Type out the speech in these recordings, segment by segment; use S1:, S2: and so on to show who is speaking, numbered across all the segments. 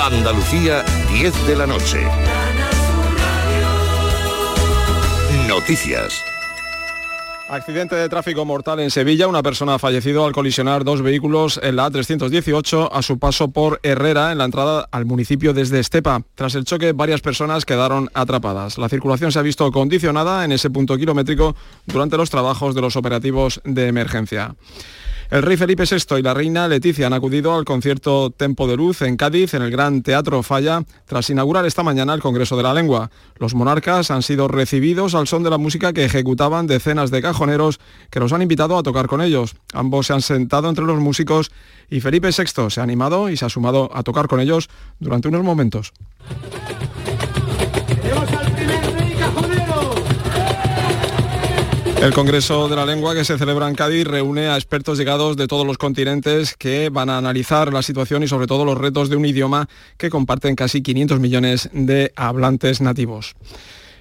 S1: Andalucía, 10 de la noche. Noticias.
S2: Accidente de tráfico mortal en Sevilla. Una persona ha fallecido al colisionar dos vehículos en la A318 a su paso por Herrera en la entrada al municipio desde Estepa. Tras el choque, varias personas quedaron atrapadas. La circulación se ha visto condicionada en ese punto kilométrico durante los trabajos de los operativos de emergencia. El rey Felipe VI y la reina Leticia han acudido al concierto Tempo de Luz en Cádiz, en el Gran Teatro Falla, tras inaugurar esta mañana el Congreso de la Lengua. Los monarcas han sido recibidos al son de la música que ejecutaban decenas de cajoneros que los han invitado a tocar con ellos. Ambos se han sentado entre los músicos y Felipe VI se ha animado y se ha sumado a tocar con ellos durante unos momentos. El Congreso de la Lengua que se celebra en Cádiz reúne a expertos llegados de todos los continentes que van a analizar la situación y sobre todo los retos de un idioma que comparten casi 500 millones de hablantes nativos.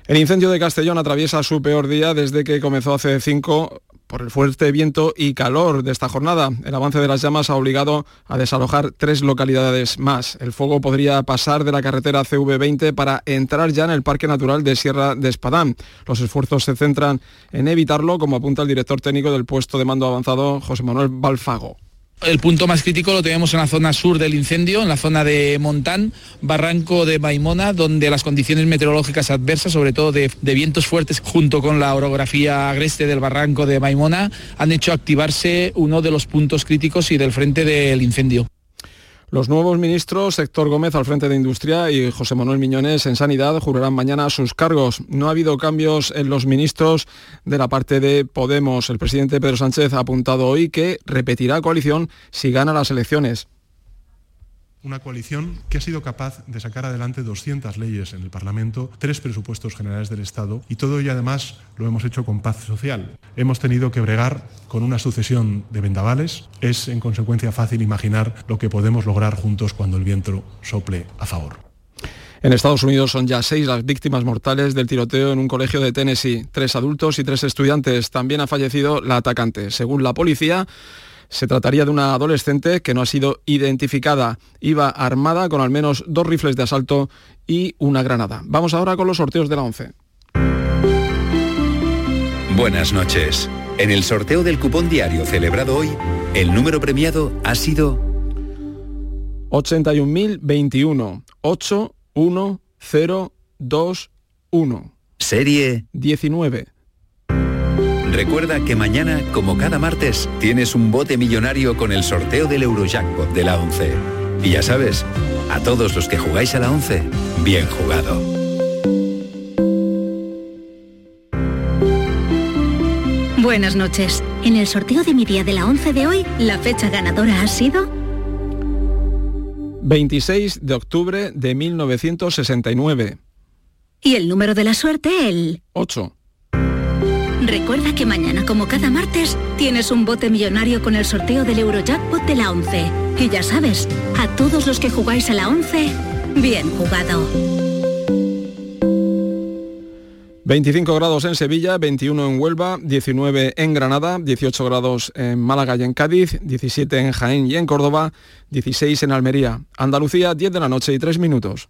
S2: El incendio de Castellón atraviesa su peor día desde que comenzó hace cinco por el fuerte viento y calor de esta jornada. El avance de las llamas ha obligado a desalojar tres localidades más. El fuego podría pasar de la carretera CV20 para entrar ya en el Parque Natural de Sierra de Espadán. Los esfuerzos se centran en evitarlo, como apunta el director técnico del puesto de mando avanzado, José Manuel Balfago.
S3: El punto más crítico lo tenemos en la zona sur del incendio, en la zona de Montán, Barranco de Maimona, donde las condiciones meteorológicas adversas, sobre todo de, de, vientos fuertes, junto con la orografía agreste del Barranco de Maimona, han hecho activarse uno de los puntos críticos y del frente del incendio.
S2: Los nuevos ministros, Héctor Gómez al frente de Industria y José Manuel Miñones en Sanidad, jurarán mañana sus cargos. No ha habido cambios en los ministros de la parte de Podemos. El presidente Pedro Sánchez ha apuntado hoy que repetirá coalición si gana las elecciones.
S4: Una coalición que ha sido capaz de sacar adelante 200 leyes en el Parlamento, tres presupuestos generales del Estado y todo ello además lo hemos hecho con paz social. Hemos tenido que bregar con una sucesión de vendavales. Es en consecuencia fácil imaginar lo que podemos lograr juntos cuando el viento sople a favor.
S2: En Estados Unidos son ya seis las víctimas mortales del tiroteo en un colegio de Tennessee, tres adultos y tres estudiantes. También ha fallecido la atacante. Según la policía, se trataría de una adolescente que no ha sido identificada. Iba armada con al menos dos rifles de asalto y una granada. Vamos ahora con los sorteos de la 11.
S1: Buenas noches. En el sorteo del cupón diario celebrado hoy, el número premiado ha sido
S2: 81.021 81021.
S1: Serie
S2: 19.
S1: Recuerda que mañana, como cada martes, tienes un bote millonario con el sorteo del Eurojackpot de la 11. Y ya sabes, a todos los que jugáis a la 11, bien jugado.
S5: Buenas noches. En el sorteo de mi día de la 11 de hoy, la fecha ganadora ha sido
S2: 26 de octubre de 1969.
S5: Y el número de la suerte, el
S2: 8.
S5: Recuerda que mañana, como cada martes, tienes un bote millonario con el sorteo del Eurojackpot de la 11. Y ya sabes, a todos los que jugáis a la 11, bien jugado.
S2: 25 grados en Sevilla, 21 en Huelva, 19 en Granada, 18 grados en Málaga y en Cádiz, 17 en Jaén y en Córdoba, 16 en Almería. Andalucía, 10 de la noche y 3 minutos.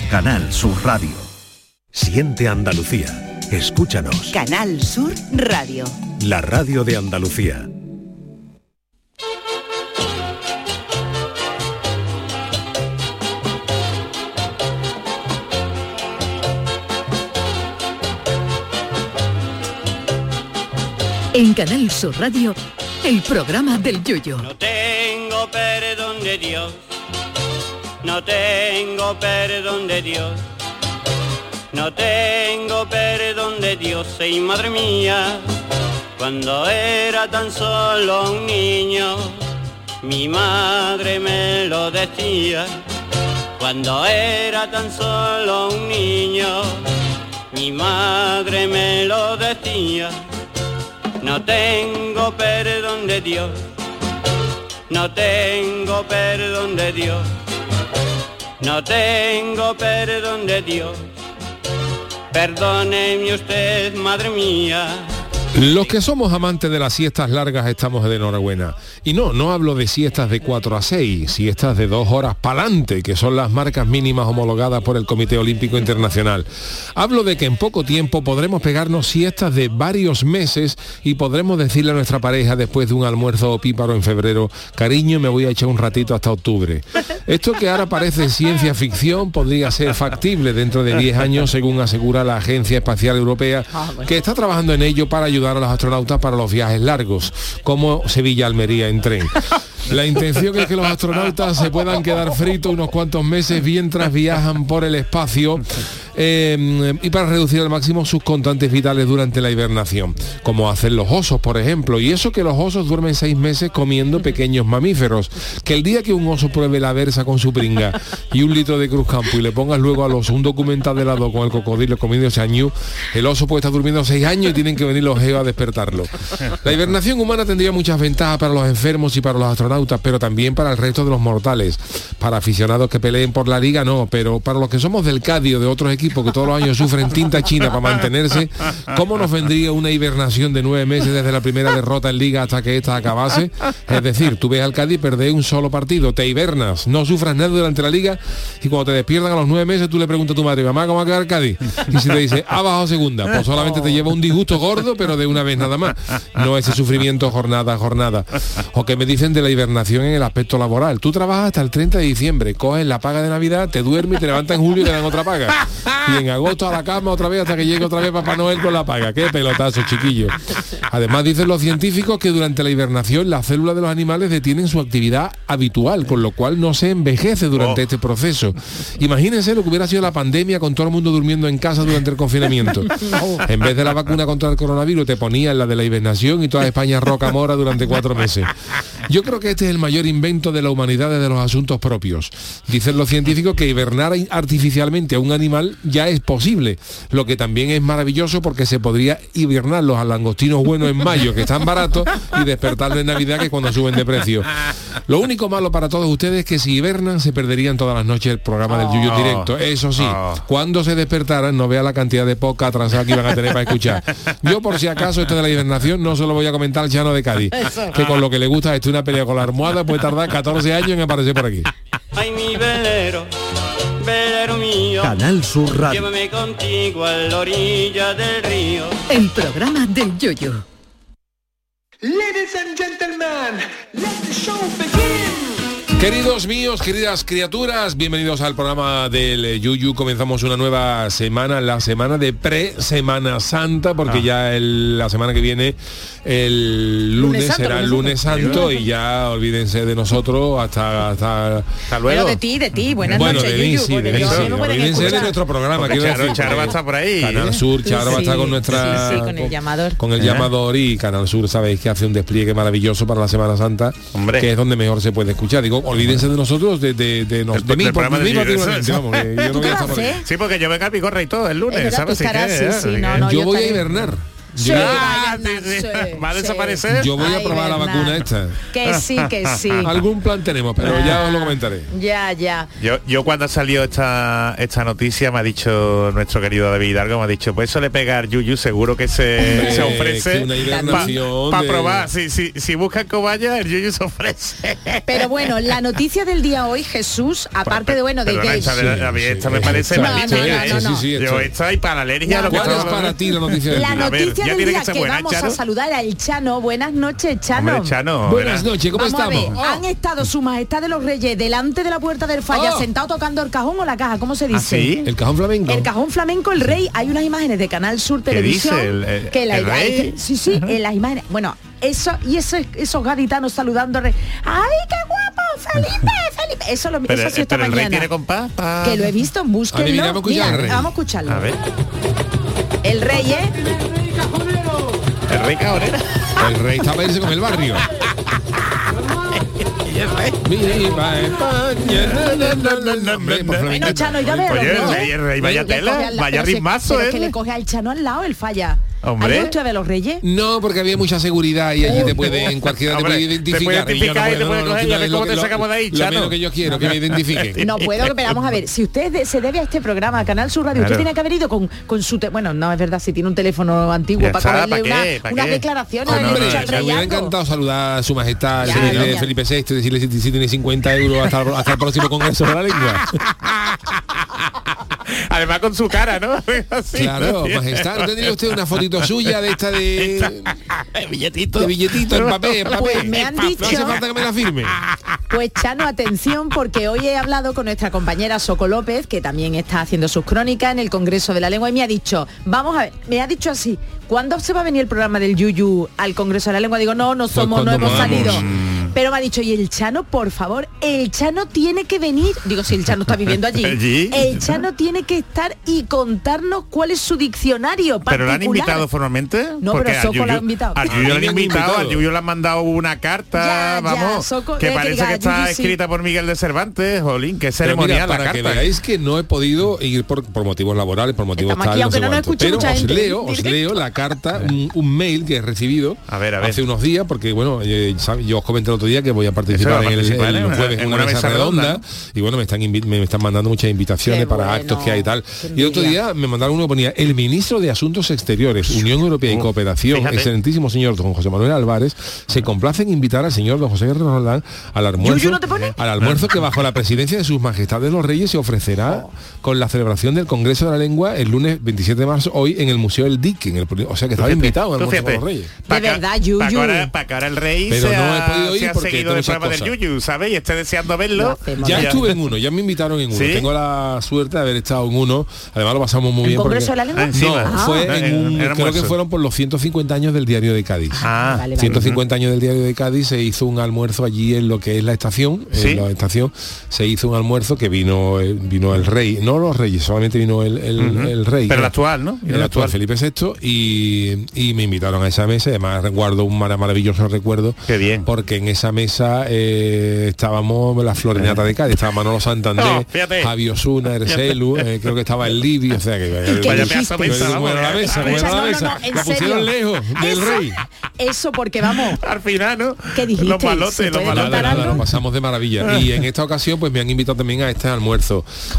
S1: Canal Sur Radio. Siente Andalucía. Escúchanos.
S6: Canal Sur Radio.
S1: La radio de Andalucía.
S7: En Canal Sur Radio, el programa del yoyo.
S6: No tengo perdón de Dios, no tengo perdón de Dios, no tengo perdón de Dios, y madre mía, cuando era tan solo un niño, mi madre me lo decía, cuando era tan solo un niño, mi madre me lo decía, no tengo perdón de Dios, no tengo perdón de Dios, no tengo perdón de Dios, perdóneme usted, madre mía.
S8: Los que somos amantes de las siestas largas estamos de enhorabuena. Y no, no hablo de siestas de 4 a 6, siestas de 2 horas pa'lante, que son las marcas mínimas homologadas por el Comité Olímpico Internacional. Hablo de que en poco tiempo podremos pegarnos siestas de varios meses y podremos decirle a nuestra pareja después de un almuerzo opíparo en febrero, cariño, me voy a echar un ratito hasta octubre. Esto que ahora parece ciencia ficción podría ser factible dentro de 10 años, según asegura la Agencia Espacial Europea, que está trabajando en ello para ayudar a los astronautas para los viajes largos, como Sevilla-Almería en tren. La intención es que los astronautas se puedan quedar fritos unos cuantos meses mientras viajan por el espacio eh, y para reducir al máximo sus contantes vitales durante la hibernación, como hacen los osos, por ejemplo. Y eso que los osos duermen seis meses comiendo pequeños mamíferos. Que el día que un oso pruebe la versa con su pringa y un litro de cruzcampo y le pongas luego al oso un documental de lado con el cocodrilo comiendo ese año, el oso puede estar durmiendo seis años y tienen que venir los geos a despertarlo. La hibernación humana tendría muchas ventajas para los enfermos y para los astronautas pero también para el resto de los mortales. Para aficionados que peleen por la liga, no, pero para los que somos del Cadio, de otros equipos que todos los años sufren tinta china para mantenerse, ¿cómo nos vendría una hibernación de nueve meses desde la primera derrota en liga hasta que esta acabase? Es decir, tú ves al Cádiz perder un solo partido, te hibernas, no sufras nada durante la liga y cuando te despiertan a los nueve meses tú le preguntas a tu madre, mamá, ¿cómo va a quedar el Cádiz? Y si te dice, ha bajado segunda, pues solamente te lleva un disgusto gordo, pero de una vez nada más. No ese sufrimiento jornada a jornada. O que me dicen de la hibernación hibernación en el aspecto laboral. Tú trabajas hasta el 30 de diciembre, coges la paga de Navidad, te duermes, te levantas en julio y te dan otra paga. Y en agosto a la cama otra vez hasta que llegue otra vez Papá Noel con la paga. Qué pelotazo, chiquillo. Además dicen los científicos que durante la hibernación las células de los animales detienen su actividad habitual, con lo cual no se envejece durante este proceso. Imagínense lo que hubiera sido la pandemia con todo el mundo durmiendo en casa durante el confinamiento. En vez de la vacuna contra el coronavirus te ponían la de la hibernación y toda España roca mora durante cuatro meses. Yo creo que este es el mayor invento de la humanidad de los asuntos propios. Dicen los científicos que hibernar artificialmente a un animal ya es posible, lo que también es maravilloso porque se podría hibernar los langostinos buenos en mayo, que están baratos, y despertarlos en Navidad, que es cuando suben de precio. Lo único malo para todos ustedes es que si hibernan se perderían todas las noches el programa del Yuyu Directo. Eso sí, cuando se despertaran no vea la cantidad de poca atrasada que iban a tener para escuchar. Yo por si acaso esto de la hibernación no se lo voy a comentar al Chano de Cádiz, que con lo que le gusta es una pelea con la almohada puede tardar 14 años en aparecer por aquí.
S6: Ay, mi velero, velero mío.
S9: Canal Sur Radio.
S6: Llévame contigo a la orilla del río.
S7: El programa del yoyo.
S10: Ladies and gentlemen, let the show begin.
S8: Queridos míos, queridas criaturas, bienvenidos al programa del Yuyu. Comenzamos una nueva semana, la semana de pre-Semana Santa, porque ya el- la semana que viene el lunes,
S11: Lunes Santo,
S8: será el lunes
S11: lunes Santo.
S8: santo y ya olvídense de nosotros hasta, hasta,
S11: Pero de ti, de ti. Buenas
S8: bueno,
S11: noches,
S8: de mí,
S11: Yuyu,
S8: sí,
S11: porque
S8: de mí,
S11: yo-
S8: sí.
S11: no me pueden
S8: Olvídense de
S11: escuchar.
S8: nuestro programa.
S12: Porque
S8: quiero
S12: Charo-
S8: decir,
S12: Charo va a estar por ahí,
S8: Canal
S12: ¿eh?
S8: Sur, Charo va a estar
S12: Sí,
S8: con nuestra...
S11: Sí, sí, con el llamador.
S8: con el llamador y Canal Sur sabéis que hace un despliegue maravilloso para la Semana Santa, que es donde mejor se puede escuchar. Digo, olvídense de nosotros, de, de, de, nos- de mí,
S12: del
S8: por-
S12: programa
S8: de mí
S12: de Yuyu.
S8: particularmente, vamos, que yo no voy a estar por ahí.
S12: Sí, porque yo vengo a Picorre y todo el lunes,
S11: Es verdad,
S12: ¿sabes?
S11: tú estarás,
S12: que,
S11: sí, sí,
S12: así
S11: no,
S12: que-
S11: no,
S8: Yo voy a hibernar. Yo-
S12: Ah, sí, sí. Va a desaparecer.
S8: Yo voy a probar la vacuna esta.
S11: Que sí, que sí.
S8: Algún plan tenemos, pero ya os lo comentaré.
S11: Ya, ya.
S12: Yo, yo cuando salió esta esta noticia me ha dicho nuestro querido David Hidalgo, me ha dicho, pues eso le pega al Yuyu, seguro que se,
S8: Hombre,
S12: se ofrece
S8: que una
S12: para
S8: hibernación de-
S12: probar. Si, si, si buscan cobaya, el Yuyu se ofrece.
S11: Pero bueno, la noticia del día hoy, Jesús, aparte de bueno, de
S12: Perdona,
S11: gays.
S12: esta, me- a mí esta me parece
S11: No,
S12: maldita.
S11: no, no, no, no.
S12: Yo esta y para la alergia.
S11: No,
S12: lo que
S11: ¿Cuál
S12: estaba
S11: es para
S12: hablando.
S8: ti la noticia
S11: La noticia noticia
S12: Ya
S11: del
S12: tiene que
S11: día que,
S12: ser buena,
S11: vamos
S12: Chano.
S11: a saludar al Chano. Buenas noches, Chano.
S12: Hombre, Chano, Buenas buenas. noches, ¿cómo
S11: Vamos a ver,
S12: estamos?
S11: Han estado su majestad de los reyes delante de la puerta del falla,
S8: Oh.
S11: sentado tocando el cajón o la caja, ¿cómo se dice?
S8: ¿Ah,
S12: ¿Ah,
S8: El cajón flamenco.
S11: El cajón flamenco, el rey, hay unas imágenes de Canal Sur Televisión
S8: dice el- el-
S11: que la
S8: el rey?
S11: sí, sí, en las imágenes. Bueno, eso y eso, esos gaditanos saludando al rey. ¡Ay, qué guapo! ¡Felipe! ¡Felipe! Eso lo
S12: Pero,
S11: eso
S8: eh,
S11: sí esta
S12: pero el rey
S11: mañana.
S12: tiene compás. pa-
S11: Que lo he
S8: Ah,
S11: visto, búsquenlo.
S12: Adivina, vamos a escuchar
S11: Mira,
S12: al rey.
S11: vamos a escucharlo.
S12: A ver,
S11: El rey, ¿eh?
S12: el rey cabrera.
S8: El rey estaba irse con el barrio. Viva España, na, na, na, na, na, hombre, por flamenco.
S11: Bueno, Chano, ya veo.
S8: Oye,
S11: los
S8: el
S11: reyes.
S8: rey, el rey, vaya
S11: Le coge
S8: tela,
S11: al-
S8: vaya
S11: pero se-
S8: ritmazo,
S11: pero
S8: ¿eh?
S11: que le coge al Chano al lado, el falla.
S8: Hombre.
S11: ¿Hay usted de los reyes?
S8: No, porque había mucha seguridad y allí te pueden, cualquiera te
S12: Hombre,
S8: puede
S12: te puede
S8: identificar. y yo no
S12: identificar y
S8: puedo,
S12: te puede
S8: no, no,
S12: coger,
S8: tú
S12: ya
S8: sabes
S12: ves cómo
S8: lo
S12: te
S8: que- lo-
S12: sacamos de ahí,
S8: Lo
S12: Chano.
S8: menos que yo quiero, que me identifiquen.
S11: No puedo, pero vamos a ver, si usted de- se debe a este programa, a Canal Sur Radio, usted
S8: Claro.
S11: tiene que haber ido con, con su... te- bueno, no, es verdad, si tiene un teléfono antiguo
S8: Ya
S11: para
S8: está,
S11: cogerle
S8: ¿pa' qué?
S11: una-
S8: ¿pa'
S11: unas
S8: qué? Ah,
S11: declaraciones
S8: Hombre,
S11: al derecho al
S8: me
S11: rey
S8: hubiera
S11: algo.
S8: encantado saludar a su majestad, el
S11: Ya,
S8: rey de
S11: ya.
S8: Felipe VI, decirle si, si tiene 50 euros hasta, hasta el próximo congreso de la lengua.
S12: Además con su cara, ¿no? Así,
S8: Claro,
S12: ¿no?
S8: majestad, ¿no tendría usted una fotito suya de esta de...
S12: El billetito.
S8: De billetito, en papel, en papel.
S11: Pues me han
S8: No hace
S11: dicho-
S8: falta que me la firme.
S11: Pues Chano, atención, porque hoy he hablado con nuestra compañera Soco López, que también está haciendo sus crónicas en el Congreso de la Lengua, y me ha dicho, vamos a ver, me ha dicho así, ¿cuándo se va a venir el programa del Yuyu al Congreso de la Lengua? Digo, no,
S8: Pues
S11: no somos, no
S13: cuando
S11: hemos
S13: podamos.
S11: salido. Pero me ha dicho, y el Chano, por favor, el Chano tiene que venir. Digo, si el Chano está viviendo allí.
S12: Allí.
S11: El Chano tiene que estar y contarnos cuál es su diccionario.
S12: Pero lo han
S11: particular.
S12: invitado formalmente.
S11: No,
S12: Porque
S11: pero
S12: a
S11: Soco la ha invitado.
S12: A
S11: A mí
S12: Yuyo
S11: me
S12: le
S11: han
S12: han invitado, a
S11: invitado.
S12: Yuyo le han mandado una carta,
S11: Ya, ya,
S12: vamos,
S11: Soco, eh,
S12: que
S11: que
S12: parece
S11: diga,
S12: que está
S11: Yuyu sí.
S12: escrita por Miguel de Cervantes, Jolín, que
S8: Pero mira,
S12: ceremonial
S8: para
S12: la
S8: que
S12: carta.
S8: veáis que no he podido ir por, por motivos laborales, por motivos
S12: Estamos
S8: tal,
S12: aquí,
S8: no
S12: aunque
S8: sé
S12: no nos
S8: cuánto.
S12: escuche
S8: Pero
S12: mucha
S8: os
S12: gente
S8: leo,
S12: en
S8: os leo la carta, un, un mail que he recibido hace unos días, porque bueno, eh, sab- yo os comenté el otro día que voy a
S12: Eso,
S8: participar
S12: va a
S8: en el,
S12: participar
S8: el
S12: en una-
S8: jueves en una, mesa, redonda, y bueno, me están, invi- me están mandando muchas invitaciones para actos que hay y tal. Y el otro día me mandaron uno que ponía el ministro de Asuntos Exteriores, Unión Europea y Cooperación,
S12: fíjate.
S8: excelentísimo señor don José Manuel Álvarez, se complace en invitar al señor don José Guerrero Roldán al almuerzo.
S11: Yuyu, ¿no te pone?
S8: Al almuerzo que bajo la presidencia de sus majestades los reyes se ofrecerá
S11: Oh.
S8: con la celebración del Congreso de la Lengua el lunes 27 de marzo, hoy en el Museo del Dique. en el poli- o sea que estaba
S12: Tú fíjate,
S8: invitado al
S12: tú
S8: almuerzo con los
S12: fíjate.
S8: reyes.
S11: De verdad,
S12: Para que,
S11: Yuyu.
S12: ahora, para que ahora el rey
S8: Pero
S12: sea,
S8: no he podido ir
S12: sea
S8: porque
S12: seguido
S8: tengo
S12: del
S8: muchas
S12: programa del
S8: cosas.
S12: Yuyu, ¿sabes? Y esté deseando verlo.
S8: Ya estuve en uno, ya me invitaron en uno.
S12: ¿Sí?
S8: Tengo la suerte de haber estado en uno. Además lo pasamos muy
S12: ¿En
S8: bien.
S12: Congreso de la Lengua? Ah, encima.
S8: No,
S12: Ah.
S8: fue en
S12: Ah,
S8: un-
S12: en- en
S8: creo que
S12: almuerzo.
S8: fueron por los 150 años del Diario de Cádiz.
S12: Ah, vale, vale.
S8: 150 años del Diario de Cádiz se hizo un almuerzo allí en lo que es la estación.
S12: ¿Sí?
S8: En la estación se hizo un almuerzo que vino eh, vino el rey, no los reyes, solamente vino el, el-
S12: Ujú.
S8: el rey.
S12: Pero el actual, ¿no?
S8: El actual Felipe VI y, y me invitaron a esa mesa. Además guardo un mara- maravilloso recuerdo. Qué bien. Porque en esa mesa eh, estábamos la florinata de Cádiz, estaba Manolo Santander,
S12: No, fíjate.
S8: Javi Osuna, Ercelu, eh, creo que estaba el Libi, o sea que
S12: qué Vaya pedazo de mesa,
S8: Bueno,
S12: vamos. eh.
S8: la mesa, bueno,
S11: Escucha,
S8: la
S11: no, no,
S8: mesa.
S11: no, en
S8: La pusieron
S11: serio.
S8: lejos del
S11: Eso-
S8: rey.
S11: Eso porque vamos.
S12: Al final, ¿no?
S11: ¿Qué dijiste?
S12: Los malotes,
S11: ¿Se
S12: los
S11: puede
S8: Nada,
S11: contar
S8: nada,
S11: algo?
S8: lo pasamos de maravilla. Y en esta ocasión pues me han invitado también a este almuerzo,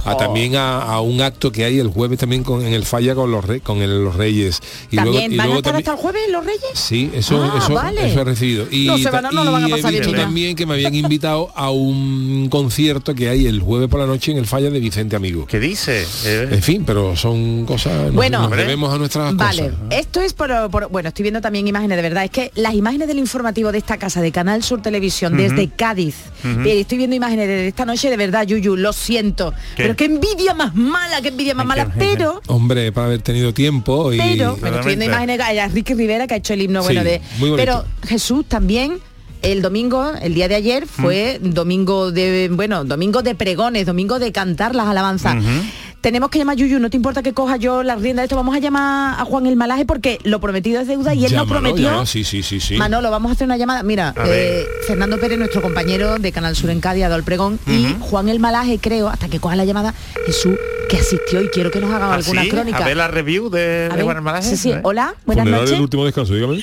S11: Oh.
S8: a también a, a un acto que hay el jueves también con, en el falla con los re- con el- los reyes. Y
S11: ¿También
S8: luego, y
S11: van a
S8: luego
S11: estar
S8: también-
S11: hasta el jueves los reyes?
S8: Sí, eso,
S11: Ah,
S8: eso,
S11: vale.
S8: eso he recibido. Y,
S11: No, se van a- no lo van a
S8: y he
S11: pasar bien,
S8: visto
S11: ya.
S8: también que me habían invitado a un concierto que hay el jueves por la noche en el falla de Vicente Amigo. ¿Qué dice?
S12: Eh,
S8: En fin, pero son cosas. nos-
S11: Bueno.
S8: nos
S11: Hombre.
S8: debemos a nuestras
S11: Vale,
S8: cosas.
S11: esto es por, por- Bueno, estoy viendo también imágenes, de verdad. Es que las imágenes del informativo de esta casa, de Canal Sur Televisión,
S8: Ujú.
S11: desde Cádiz.
S8: Ujú.
S11: eh, Estoy viendo imágenes de esta noche, de verdad, Yuyu, lo siento.
S8: ¿Qué?
S11: Pero qué envidia más mala, qué envidia más mala. Pero,
S8: Hombre, para haber tenido tiempo y.
S11: pero, bueno, estoy viendo imágenes de a Ricky Rivera que ha hecho el himno,
S8: Sí,
S11: bueno, de.
S8: muy bonito.
S11: Pero Jesús también. El domingo, el día de
S8: Mm.
S11: ayer, fue domingo de, bueno, domingo de pregones, domingo de cantar las alabanzas. Tenemos que llamar a Yuyu, no te importa que coja yo la rienda de esto, vamos a llamar a Juan el Malaje porque lo prometido es deuda y él
S8: Llámalo,
S11: nos prometió.
S8: llámalo, sí, sí, sí, sí.
S11: Manolo, vamos a hacer una llamada. Mira,
S8: A ver.
S11: eh, Fernando Pérez, nuestro compañero de Canal Sur en Cádiz, ha dado el pregón y Juan el Malaje, creo, hasta que coja la llamada, Jesús, que asistió y quiero que nos haga
S12: ¿Ah,
S11: alguna
S12: sí?
S11: crónica.
S12: A ver la review de,
S11: A
S12: de
S11: ver,
S12: Juan Malaje,
S11: sí, sí.
S12: ¿eh?
S11: Hola, buenas noches.
S8: último descanso, dígame.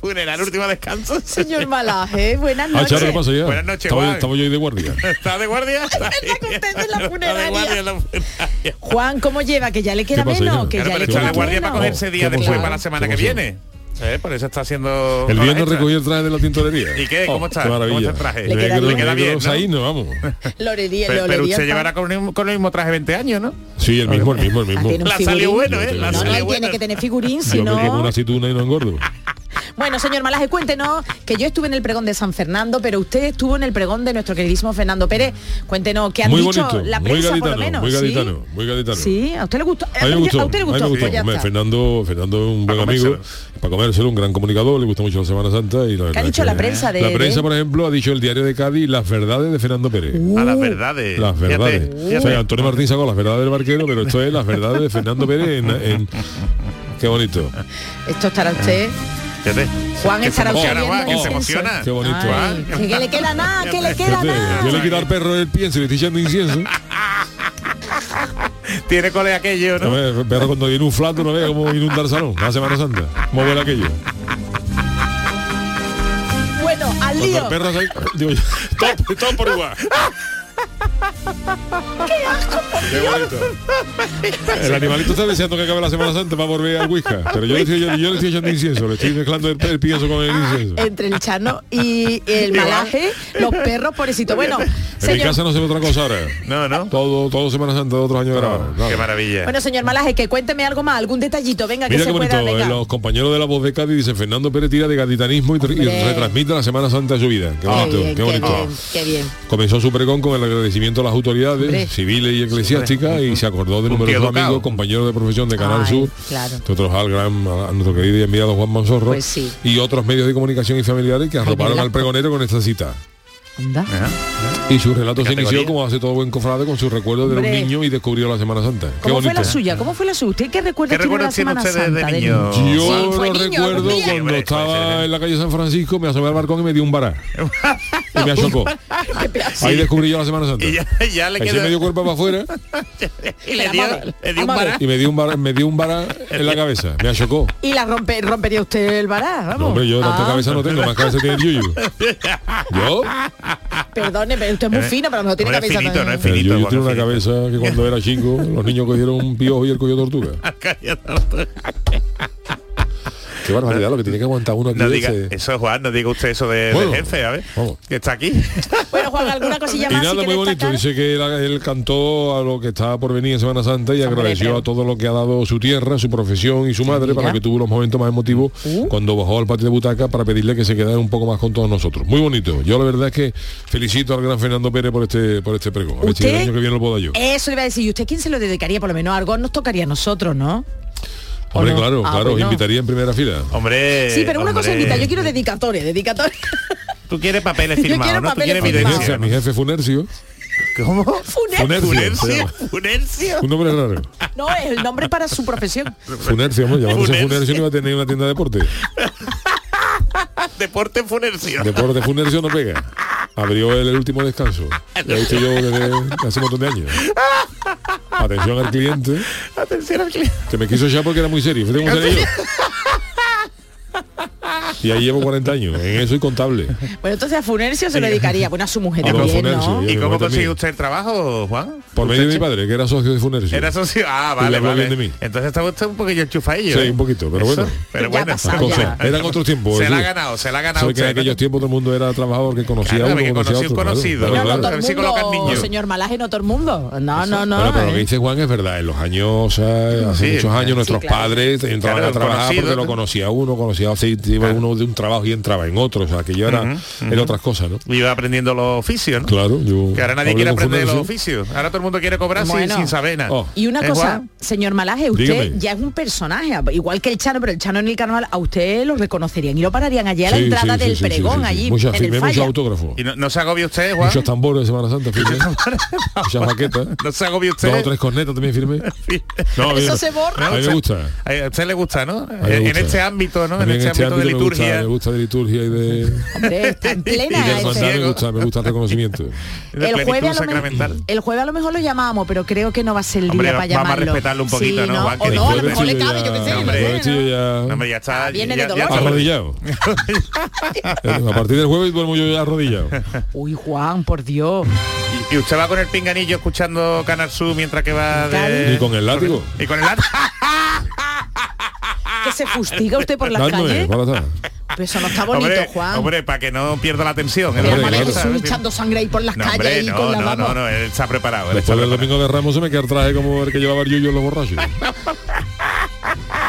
S12: Funeral, último descanso.
S11: Señor Malaje, buenas
S8: Ah,
S11: noches.
S12: Buenas noches, Juan.
S8: yo ahí de guardia.
S12: ¿Está de guardia? Está
S11: la
S12: de guardia en la
S11: Juan, ¿cómo lleva? Que ya le queda
S8: ¿Qué pasa,
S11: menos,
S8: hija?
S11: que
S8: Claro,
S11: ya
S8: pero
S11: le
S8: está
S11: queda
S8: de guardia
S11: menos.
S8: para cogerse
S12: Ese día después para la semana que viene. Eh, por eso está haciendo.
S8: El viernes
S12: extra.
S8: recogió el traje de la tintorería.
S12: ¿Y qué? ¿Cómo
S8: Oh,
S12: está?
S8: qué
S12: ¿Cómo está
S8: maravilla.
S12: el traje? Le queda bien, ¿no?
S8: ahí, no vamos.
S11: Lorería,
S12: Pero, pero
S11: Lorería
S12: usted
S11: está-
S12: llevará con el, mismo- con el mismo traje 20 años, ¿no?
S8: Sí, el mismo, el mismo, el mismo.
S11: Tiene un
S12: La salió
S11: figurín.
S12: bueno, ¿eh? La
S11: No, no,
S12: salió
S11: él tiene que tener figurín, si
S8: Yo me como
S11: no.
S8: una aceituna y no engordo.
S11: Bueno, señor Malaje, cuéntenos que yo estuve en el pregón de San Fernando, pero usted estuvo en el pregón de nuestro queridísimo Fernando Pérez. Cuéntenos qué han
S8: Muy
S11: dicho
S8: bonito,
S11: la
S8: muy
S11: prensa, por lo
S8: gaditano,
S11: menos.
S8: muy
S11: ¿sí?
S8: gaditano, muy gaditano.
S11: Sí, a usted le gustó.
S8: A mí me gustó,
S11: a usted le
S8: a mí me
S11: gustó.
S8: gustó.
S11: pues ya
S8: Hombre,
S11: está.
S8: Fernando, Fernando es un buen amigo, para comérselo, un gran comunicador, le gusta mucho la Semana Santa y la verdad
S11: dicho
S8: es que-
S11: la prensa de-
S8: La prensa,
S11: de-
S8: por ejemplo, ha dicho el diario de Cádiz las verdades de Fernando Pérez.
S11: Uh.
S12: A las verdades.
S8: Las
S12: Fíjate,
S8: verdades.
S12: fíjate.
S8: O sea, Antonio Martín sacó las verdades del barquero, pero esto es las verdades de Fernando Pérez en... en- Qué bonito.
S11: Esto estará usted.
S12: Fíjate.
S11: Juan
S8: Que se
S11: estará
S8: emociona,
S11: oyendo
S8: Juan, que
S11: en
S8: se
S11: el ascensor.
S8: emociona. Qué bonito,
S11: Ay, Que, que le queda nada, que le queda
S8: Fíjate,
S11: nada.
S8: Yo le he quitado al perro el pienso y le estoy echando incienso.
S12: Tiene cole aquello,
S8: ¿no? El perro cuando viene un flato no ve cómo inundar el salón. La Semana Santa. ¿Cómo huele aquello?
S11: Bueno, al
S8: Cuando el
S11: lío.
S8: perro se- digo yo, todo, todo por igual.
S11: ¡Qué asco! por
S8: Qué
S11: Dios!
S8: bonito. El animalito está deseando que acabe la Semana Santa para volver al Whisca. Pero yo le, estoy, yo, yo le estoy echando incienso, le estoy mezclando el, el pienso con el incienso.
S11: Ah, Entre el chano y el
S8: Igual.
S11: malaje, los perros, pobrecito. Bueno,
S8: ah. En mi
S11: señor.
S8: casa no se ve otra cosa ahora.
S12: No, no.
S8: Todo, todo Semana Santa de otros años grabados.
S12: Qué maravilla.
S11: Bueno, señor Malaje, que cuénteme algo más, algún detallito, venga, que
S8: Mira
S11: se
S8: qué bonito,
S11: pueda,
S8: eh,
S11: venga.
S8: los compañeros de la voz de Cádiz dicen Fernando Pérez tira de gaditanismo y, tr- y
S11: Hombre.
S8: retransmite la Semana Santa de su vida. Qué bonito,
S11: bien,
S8: Ah, qué bonito.
S11: bien, qué bien.
S8: Comenzó su pregón con el agradecimiento a las autoridades
S11: Hombre.
S8: civiles y eclesiásticas y se acordó de
S12: Un
S8: numerosos
S12: tío educado.
S8: amigos, compañeros de profesión de Canal
S12: Ay,
S8: Sur,
S12: claro.
S8: entre otros al gran, a nuestro querido y enviado Juan Manzorro,
S12: Pues sí.
S8: y otros medios de comunicación y familiares que arroparon
S12: mira.
S8: al pregonero con esta cita. Y su relato se
S12: categoría.
S8: inició como hace todo buen cofrade con su recuerdo de un
S11: Hombre.
S8: niño y descubrió la Semana Santa. Qué
S11: ¿Cómo fue
S8: bonito.
S11: la suya? ¿Cómo fue la suya? ¿Usted qué recuerda
S12: ¿Qué recuerdos tiene
S11: Semana
S12: usted de
S11: Santa? del
S12: niño?
S11: niño?
S8: Yo
S11: Sí,
S8: lo
S11: fue niño,
S8: recuerdo
S11: algún día.
S8: cuando estaba en la calle San Francisco, me asomé al balcón y me dio un vará. y me achocó. Ahí descubrí yo la Semana Santa.
S12: Y ya, ya le
S8: Eché
S12: quedó.
S8: medio cuerpo para afuera
S12: Y le dio, le dio un
S11: vamos a
S12: vará.
S8: y me dio un vará, me dio un vará en la cabeza. Me achocó.
S11: Y la rompe, rompería usted el vará, vamos.
S8: No, hombre, yo tanta
S11: Ah,
S8: cabeza no tengo, más cabeza tiene el yuyu. Yo,
S11: Perdone, pero usted es muy
S12: Eh,
S11: fino, pero no tiene
S8: No es
S11: cabeza
S8: finito,
S11: tan-
S8: no es finito. El yuyu tiene una cabeza que cuando era chico, los niños cogieron un piojo y él cogió tortuga. Qué barbaridad lo que tiene que aguantar uno aquí.
S12: No
S8: de
S12: diga
S8: ese-
S12: eso, Juan, no diga usted eso de, de
S8: Bueno.
S12: jefe, a ver. Que está aquí.
S11: Bueno, Juan, alguna cosilla
S8: Y
S11: más.
S8: nada,
S11: sí que
S8: muy bonito.
S11: destacar?
S8: Dice que la- él cantó a lo que estaba por venir en Semana Santa y agradeció
S11: pero-
S8: a todo lo que ha dado su tierra, su profesión y su madre para que tuvo los momentos más emotivos
S11: Uh.
S8: cuando bajó al patio de butaca para pedirle que se quedara un poco más con todos nosotros. Muy bonito. Yo la verdad es que felicito al gran Fernando Pérez por este por este pregón. A ver si el
S11: ¿Usted? Eh,
S8: año que viene lo puedo yo.
S11: Eso iba a decir, ¿y usted quién se lo dedicaría? Por lo menos algo nos tocaría a nosotros, ¿no?
S8: Hombre,
S11: no?
S8: claro,
S11: Ah,
S8: claro,
S11: bueno.
S8: invitaría en primera fila.
S12: Eh, Hombre.
S11: sí, pero una cosa invita, yo quiero dedicatoria, dedicatoria.
S12: Tú quieres papeles
S11: Yo
S12: firmados,
S11: quiero
S12: ¿no? Tú
S11: papeles
S12: quieres
S8: Mi
S12: evidencia,
S8: jefe, mi jefe Funercio.
S12: ¿Cómo?
S11: Funercio.
S8: Funercio. se llama.
S12: Funercio.
S8: Un nombre raro.
S11: No, es el nombre para su profesión.
S8: Funercio, hombre, llamándose Funercio no iba a tener una tienda de deporte.
S12: Deporte Funercio.
S8: Deporte Funercio no pega. Abrió el, el último descanso. Lo he hecho yo desde hace un montón de años. Atención al cliente,
S12: Atención al cliente.
S8: que me quiso ya porque era muy serio. Fíjate cómo seré yo. Y ahí llevo 40 años. En eso y contable.
S11: Bueno, entonces a Funercio se lo dedicaría. Bueno, a su mujer
S8: A don
S11: también, ¿no?
S8: Funercio,
S12: ¿Y
S8: mi
S12: cómo
S8: mujer
S12: consiguió
S8: también.
S12: usted el trabajo, Juan?
S8: Por medio de mi padre, que era socio de Funercio.
S12: Era socio. Ah,
S8: Y le
S12: vale,
S8: habló
S12: vale.
S8: bien de mí.
S12: Entonces estaba usted un poquillo enchufadillo.
S8: Sí,
S12: ¿eh?
S8: un poquito, pero
S12: Eso,
S8: bueno.
S12: Pero bueno,
S8: Cosa, eran otros tiempos.
S12: Se la ha
S8: sí.
S12: ganado, se la ha ganado
S8: Sabe que en
S12: usted. ¿no?
S8: aquellos tiempos todo el mundo era trabajador que conocía
S12: Claro,
S8: a uno,
S12: que
S8: conocía a
S12: conocía un
S8: otro. claro,
S12: conocido,
S8: claro,
S11: No,
S8: claro.
S11: todo el
S12: ver si colocan
S11: mundo,
S12: niños.
S11: señor Malaje, no todo el mundo. No, no, no.
S8: Bueno, pero lo
S11: eh.
S8: que dice Juan es verdad. En los años, o sea, hace
S12: Sí,
S8: muchos
S12: claro.
S8: años, nuestros
S12: Sí, claro.
S8: padres entraban
S12: Claro,
S8: a trabajar
S12: conocido,
S8: porque lo
S12: ¿no?
S8: conocía uno, conocía o sea, iba uno de un trabajo y entraba en otro. O sea, que yo era,
S12: Ujú,
S8: era otras cosas, ¿no?
S12: Iba aprendiendo los oficios, ¿no?
S8: Claro, yo.
S12: Que ahora nadie
S8: hablé
S12: quiere
S8: con
S12: aprender los
S8: Fulgencio.
S12: oficios. Ahora todo el mundo quiere cobrar sin,
S11: Bueno.
S12: sin saber nada.
S8: Oh.
S11: Y una
S12: ¿Eh,
S11: cosa,
S12: Juan?
S11: señor Malaje, usted
S12: Dígame.
S11: ya es un personaje, igual que el Chano, pero el Chano en el carnaval, a usted lo reconocerían y lo pararían allí a la
S8: Sí,
S11: entrada
S8: sí, sí,
S11: del
S8: sí, sí,
S11: pregón,
S8: sí, sí.
S11: allí
S8: Muchas
S11: en el
S8: firmas,
S11: falla.
S8: muchos autógrafos.
S12: ¿Y no, no se agobia usted, Juan?
S8: Muchos tambores de Semana Santa firmé. Muchas baquetas.
S12: ¿No se agobia usted?
S8: Dos o tres cornetas también firmé. No,
S12: Eso
S8: bien.
S12: se borra.
S8: A mí me gusta.
S12: Ay, A usted le gusta, ¿no?
S8: A mí me
S12: En- En
S8: gusta.
S12: este ámbito, ¿no?
S8: A
S12: En
S8: mí
S12: este ámbito de
S8: me gusta-
S12: liturgia.
S8: Me gusta de liturgia y de,
S11: Hombre, está en
S8: y de
S11: plena
S8: hermandad, me
S11: ese-
S8: gusta, me gusta el reconocimiento.
S11: El jueves, a lo mejor, el jueves a lo mejor lo llamamos, pero creo que no va a ser el día
S8: Hombre,
S11: para
S8: vamos a
S11: llamarlo.
S8: respetarlo un poquito,
S11: Sí,
S8: ¿no, Juan?
S11: O
S8: Que
S11: no, a lo
S8: disculpe.
S11: mejor le cabe, yo qué sé.
S8: No, hombre,
S11: no sé, ¿no?
S8: yo ya-
S12: No, hombre, ya está.
S11: viene
S12: ya-
S11: de
S12: ya-
S11: dolor.
S8: Arrodillado. A partir del jueves duermo yo ya arrodillado.
S11: Uy, Juan, por Dios.
S12: Y- Y usted va con el pinganillo escuchando Canal Sur mientras que va de...
S8: Y con el látigo.
S12: Y con el látigo.
S11: Que se fustiga usted por las calles. Pero eso no está bonito,
S12: hombre,
S11: Juan.
S12: hombre, para que no pierda la tensión. es
S11: Pero
S12: lo que
S11: María
S12: pasa,
S11: Jesús
S12: ¿sabes?
S11: echando sangre ahí por las
S12: No, hombre,
S11: calles y
S12: no,
S11: con la
S12: no,
S11: vamos.
S12: no, no, él está preparado. él está
S8: Después del domingo de Ramos se me queda el traje como el que llevaba el Yuyu en los borrachos.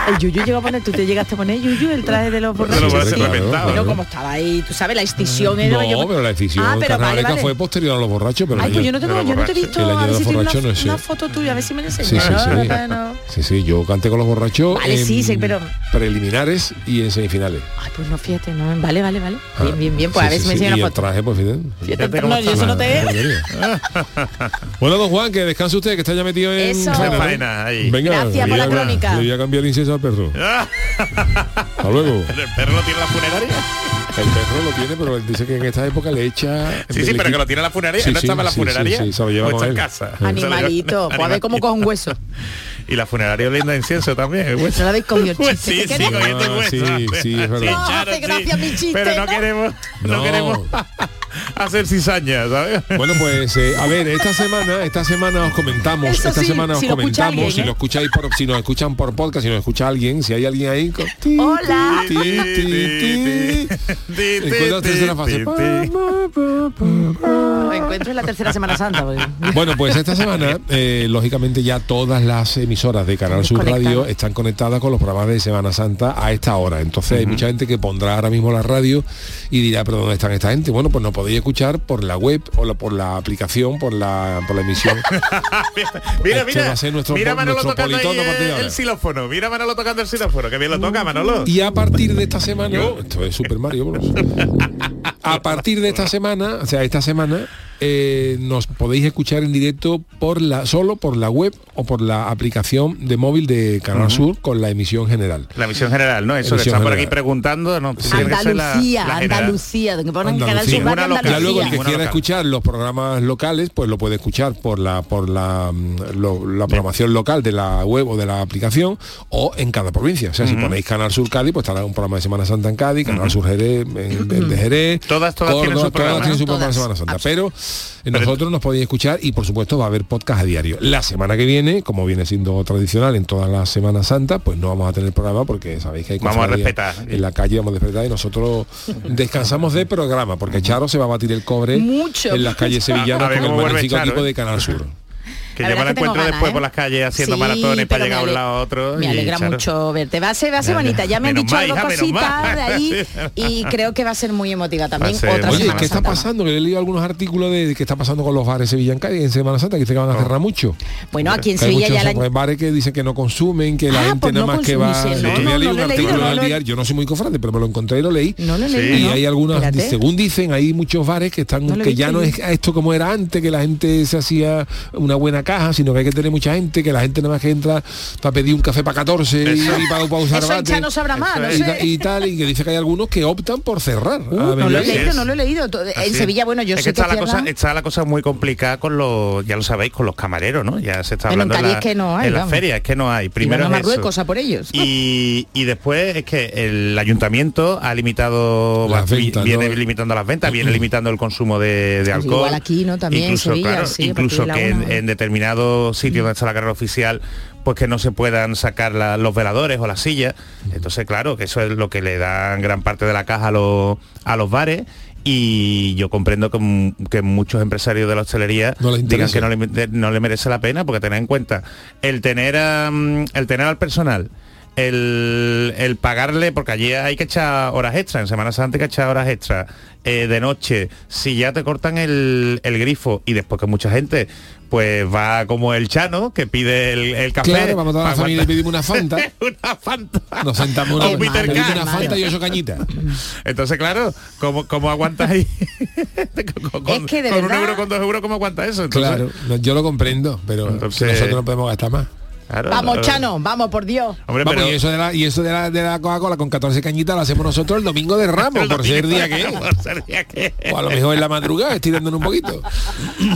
S11: El Yuyu llegó a poner, tú te llegaste a poner Yuyu, el traje de los borrachos.
S8: borrachos, claro,
S11: Pero
S8: claro.
S11: como estaba ahí, tú sabes, la extinción era.
S8: No,
S11: yo-
S8: pero la decisión
S11: Ah, pero vale,
S8: carnavalesca
S11: vale.
S8: fue posterior a los borrachos. Pero
S11: Ay,
S8: el
S11: pues
S8: año-
S11: yo no te, yo no te he visto.
S8: El
S11: A
S8: año
S11: ver
S8: de los
S11: si tiene una,
S8: borrachos no es
S11: una
S8: ese.
S11: foto tuya, a ver si me la
S8: Sí,
S11: enseñas.
S8: sí,
S11: ¿no?
S8: sí.
S11: Rafael, no.
S8: Sí, sí, yo canté con los borrachos
S11: Vale,
S8: en
S11: sí, sí, pero-
S8: preliminares y en semifinales.
S11: Ay, pues no, fíjate, no. Vale, vale, vale. Bien, bien, bien. Pues a
S8: Ah, Sí,
S11: ver
S8: sí,
S11: si me
S8: sí,
S11: enseñas
S8: y
S11: una
S8: el
S11: foto.
S8: traje, pues fíjate.
S11: Fíjate cómo no, yo está. eso no te-
S8: bueno, don Juan, que descanse usted, que está ya metido en
S11: Eso.
S8: ¿no?
S12: Faena, ahí.
S8: Venga,
S11: Gracias
S8: le
S11: por
S8: voy
S11: la
S8: a-
S11: crónica.
S8: Le voy a cambiar el incienso al perro. Hasta luego.
S12: ¿El perro lo tiene en la funeraria?
S8: El perro lo tiene, pero él dice que en esta época le echa...
S12: Sí, sí, pero que lo tiene en la funeraria.
S8: Sí,
S12: ¿No
S8: sí,
S12: estaba en la
S8: sí, sí,
S12: funeraria? Pues
S8: Sí, se lo lleva
S12: ¿O
S8: con
S12: está en
S8: él.
S12: casa?
S11: Animalito, pues a ver cómo coge un hueso.
S12: Y la funeraria linda incienso también. el hueso.
S11: No lo habéis comido el
S12: Pues
S11: chiste,
S12: sí, sí,
S11: que queremos.
S12: cogiendo el
S8: Ah, sí,
S12: hueso.
S8: sí, es verdad.
S11: No, hace gracia mi chiste,
S12: Pero no
S11: ¿no?
S12: queremos, no
S8: No.
S12: queremos hacer cizaña, ¿sabes?
S8: Bueno, pues eh, a ver, esta semana, esta semana os comentamos,
S12: Eso
S8: esta
S12: sí,
S8: semana os
S12: si lo escucha
S8: comentamos,
S12: alguien,
S8: si
S12: ¿eh?
S8: lo escucháis por, si nos escuchan por podcast, si nos escucha alguien, si hay alguien ahí. co- ti,
S11: Hola.
S8: ti, ti, ti, ti. Encuentra la tercera fase.
S11: Lo encuentro en la tercera Semana Santa. porque-
S8: Bueno, pues esta semana, eh, lógicamente ya todas las emisoras de Canal Sur Radio están conectadas con los programas de Semana Santa a esta hora. Entonces hay mucha gente que pondrá ahora mismo la radio y dirá, pero ¿dónde están esta gente? Bueno, pues nos podéis escuchar por la web o la- por la aplicación, por la, por la emisión.
S12: Mira,
S8: Este
S12: mira,
S8: va a ser nuestro
S12: mira
S8: po-
S12: Manolo
S8: nuestro
S12: tocando ahí eh,
S8: politono a partir de
S12: el,
S8: ahora. Mm,
S12: el xilófono, mira Manolo tocando el xilófono, que bien lo toca Manolo.
S8: Y a partir de esta semana, esto es Super Mario Bros. A partir de esta semana, o sea, esta semana eh, nos podéis escuchar en directo por la solo por la web o por la aplicación de móvil de Canal
S12: Ujú.
S8: Sur con la emisión general.
S12: La misión general, ¿no? Eso que
S8: Emisión
S12: están por aquí
S8: general.
S12: preguntando, no tiene que ser la-
S11: Andalucía,
S12: la general.
S11: Andalucía, que ponen Canal Sur Radio
S12: Ninguna local.
S8: Ya luego el que
S12: Ninguna
S8: quiera
S12: local.
S8: escuchar los programas locales, pues lo puede escuchar por la por la, mm, lo- la programación local de la web o de la aplicación o en cada provincia. O sea, si
S12: Ujú.
S8: ponéis Canal Sur Cádiz, pues estará un programa de Semana Santa en Cádiz, Canal Sur Jerez, en- el de Jerez.
S12: Todas- todas
S8: Córdoba,
S12: tienen su programa,
S8: Todas tienen
S12: ¿no?
S8: su programa de
S12: Todas,
S8: Semana Santa. Pero eh, nosotros nos podéis escuchar y por supuesto va a haber podcast a diario. La semana que viene, como viene siendo tradicional en todas las Semanas Santas, pues no vamos a tener programa porque sabéis que hay
S12: Vamos a
S8: cofradías
S12: respetar.
S8: En la calle vamos a respetar y nosotros descansamos de programa porque Charo se va a batir el cobre
S11: Mucho.
S8: en las calles sevillanas
S12: A ver
S8: con el
S12: cómo vuelve
S8: magnífico
S12: Charo,
S8: equipo
S12: ¿eh?
S8: de Canal Sur.
S12: Que
S11: La
S12: yo me la
S11: verdad es que tengo
S12: encuentro
S11: ganas,
S12: después
S11: ¿eh?
S12: por las calles haciendo
S11: Sí,
S12: maratones
S11: pero
S12: para llegar a
S11: me
S12: un
S11: ale-
S12: lado a otro.
S11: Me
S12: y,
S11: alegra
S12: Charo,
S11: mucho verte. Va a ser, va a ser
S12: Ya, ya.
S11: bonita. Ya me han
S12: Menos
S11: dicho
S12: mal,
S11: algo
S12: hija, menos
S11: cositas
S12: mal.
S11: de ahí y creo que va a ser muy emotiva también.
S8: Oye,
S11: Otra Semana
S8: ¿qué está
S11: Santa más.
S8: pasando? Que he leído algunos artículos de, de qué está pasando con los bares sevillanos en Cádiz en Semana Santa, que dicen que
S11: Ah.
S8: van a cerrar mucho.
S11: Bueno, aquí en
S8: Que hay
S11: Sevilla
S8: muchos
S11: ya la...
S8: bares que dicen que no consumen, que la
S11: Ah,
S8: gente
S11: pues
S8: nada
S11: no
S8: más que va.
S11: consumís, ¿no?
S8: Yo
S11: No,
S8: había leído
S11: no
S8: un
S11: lo he
S8: artículo
S11: leído, no
S8: en el
S11: lo he-
S8: diario, yo no soy muy cofrade, pero me lo encontré y lo leí.
S11: No lo he leído,
S8: Y
S11: ¿no?
S8: hay algunas,
S11: Espérate.
S8: según dicen, hay muchos bares que están
S11: No lo he
S8: que ya
S11: visto
S8: no
S11: yo.
S8: es esto como era antes, que la gente se hacía una buena caja, sino que hay que tener mucha gente, que la gente nada más que entra para pedir un café para 14 y,
S11: Eso.
S8: para, usar
S11: Eso en Chano sabrá más, no
S8: y, ta-
S11: sé.
S8: y tal, y que dice que hay algunos que optan por cerrar.
S11: Uh,
S8: A
S11: no lo he
S8: mediodía.
S11: leído, no lo he leído. To-
S12: Ah, Así
S11: En
S12: es.
S11: Sevilla, bueno, yo
S12: Es
S11: sé que
S12: está la cosa
S11: cierran.
S12: está la cosa muy complicada con los ya lo sabéis con los camareros no ya se está
S11: Bueno, en
S12: hablando
S11: Cádiz
S12: la-
S11: que no hay,
S12: en las
S11: vamos.
S12: ferias que no hay
S11: Y
S12: primero
S11: van a
S12: es eso.
S11: Marruecos a por ellos.
S12: Y, y después es que el ayuntamiento ha limitado
S8: Las
S12: vi-
S8: ventas,
S12: viene
S8: ¿no?
S12: limitando las ventas viene limitando el consumo de, de
S11: Pues
S12: alcohol
S11: igual aquí, ¿no? También en
S12: incluso
S11: Sevilla,
S12: claro,
S11: sí, a
S12: incluso
S11: partir
S12: que
S11: de la
S12: en,
S11: una.
S12: en determinados sitios donde está la carrera oficial pues que no se puedan sacar la- los veladores o las sillas entonces claro que eso es lo que le dan gran parte de la caja a los a los bares y yo comprendo que, m- que muchos empresarios de la hostelería
S8: No les
S12: digan
S8: interesa.
S12: que no le, de- no le merece la pena porque tened en cuenta el tener a, mm, el tener al personal el, el pagarle porque allí hay que echar horas extra en Semana Santa hay que echar horas extra eh, de noche si ya te cortan el, el grifo y después que mucha gente pues va como el chano que pide el, el café
S8: Claro, vamos a toda la
S12: pa'
S8: familia y
S12: aguantar.
S8: pedimos una fanta.
S12: una fanta
S8: Nos sentamos
S12: O
S8: una,
S12: un Peter
S8: pedimos
S12: Pan,
S8: una
S12: madre.
S8: fanta y ocho cañitas.
S12: entonces claro ¿cómo, cómo aguantas ahí con, con-
S11: Es que de
S12: con un
S11: verdad-
S12: euro con dos euros cómo aguanta eso Entonces,
S8: Claro, no, yo lo comprendo, pero que nosotros no podemos gastar más.
S12: claro,
S11: Vamos,
S12: claro.
S11: Chano, vamos, por Dios.
S12: Hombre,
S8: Vamos,
S12: pero-
S8: y eso de la, y eso de la, de la Coca-Cola con 14 cañitas lo hacemos nosotros el domingo de Ramos, por ser día que es.
S12: Por ser día que es.
S8: O a lo mejor en la madrugada estirándonos un poquito.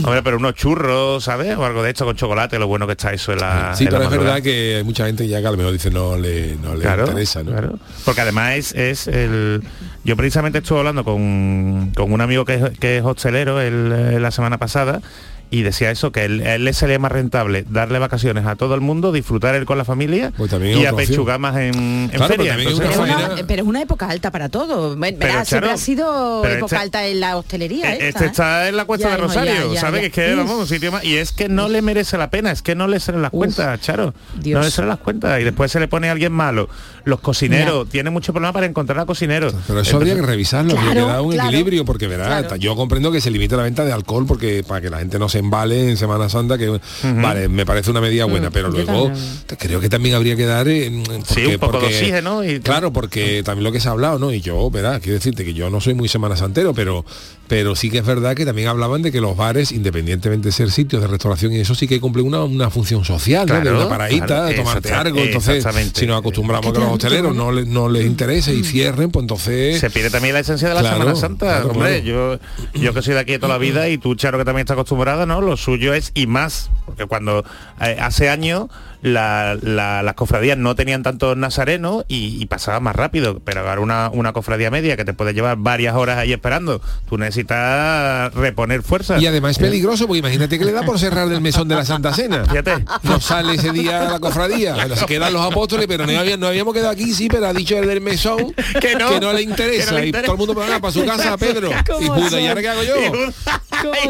S12: Hombre, pero unos churros, ¿sabes? O algo de esto con chocolate, lo bueno que está eso en la.
S8: Sí,
S12: en la
S8: pero es
S12: madrugada.
S8: verdad que hay mucha gente ya que a lo mejor dice no le, no le
S12: Claro,
S8: interesa, ¿no?
S12: claro. Porque además es, es el... Yo precisamente estuve hablando con, con un amigo que es, que es hostelero el, eh, la semana pasada y decía eso, que él, a él le salía más rentable darle vacaciones a todo el mundo, disfrutar él con la familia
S8: Pues también es
S12: y
S8: otra opción.
S12: apechugar más en, en
S8: Claro, pero
S12: feria.
S8: también es
S12: Entonces,
S11: Pero, una- eh, pero es una época alta para todo. Verás,
S12: Pero,
S11: siempre
S12: Charo,
S11: ha sido
S12: pero
S11: época
S12: este-
S11: alta en la hostelería.
S12: Eh,
S11: esta,
S12: Este
S11: ¿eh?
S12: está en la cuesta
S11: Ya,
S12: de
S11: hijo, ya,
S12: Rosario,
S11: ya,
S12: ¿sabes?
S11: ya.
S12: Que es que
S11: Uf.
S12: vamos, un sitio más. Y es que no le merece la pena, es que no le salen las cuentas, Charo. No le salen las cuentas. Y después se le pone a alguien malo. Los cocineros, tiene mucho problema para encontrar a cocineros.
S8: Pero eso habría que revisarlo, porque
S12: Claro,
S8: le da un
S12: claro.
S8: equilibrio, porque verás, hasta yo comprendo que se limite la venta de alcohol porque para que la gente no se embale en Semana Santa, que vale, me parece una medida buena,
S11: Mm.
S8: pero
S12: Mm, yo
S8: luego
S12: también.
S8: te- creo que también habría que dar eh, mm, porque-
S12: un poco de
S8: porque-
S12: oxígeno Ah.
S8: claro, porque también lo que se ha hablado, ¿no? Y yo, verás, quiero decirte que yo no soy muy Semana Santero, pero pero sí que es verdad que también hablaban de que los bares, independientemente de ser sitios de restauración y eso sí que cumplen una, una función social, ¿no?
S12: Claro,
S8: de una paradita,
S12: claro,
S8: de tomarte
S12: exacta-
S8: algo. Entonces,
S12: exactamente.
S8: si nos acostumbramos a que los hosteleros no, le- no les interese y cierren, pues entonces.
S12: Se pierde también la esencia de la
S8: Claro,
S12: Semana Santa,
S8: claro,
S12: hombre.
S8: claro.
S12: Yo, yo que soy de aquí de toda la vida y tú, Charo, que también está acostumbrada, ¿no? Lo suyo es y más. Porque cuando eh, hace años la- la- las cofradías no tenían tantos nazarenos y, y pasaban más rápido. Pero ahora una, una cofradía media que te puede llevar varias horas ahí esperando, tú necesitas reponer ¿Eh? fuerzas.
S8: Y además es peligroso, porque imagínate que le da por cerrar del mesón de la Santa Cena.
S12: Fíjate.
S8: No sale ese día la cofradía. Bueno, se quedan los apóstoles, pero no, había- no habíamos quedado aquí, sí, pero ha dicho el del mesón
S12: Que no.
S8: le interesa.
S12: Que no le
S8: Y todo el mundo para para su casa, Pedro. Y
S12: ¿Cómo
S8: Buda,
S12: son?
S8: ¿y ahora qué hago yo?
S12: Y Buda.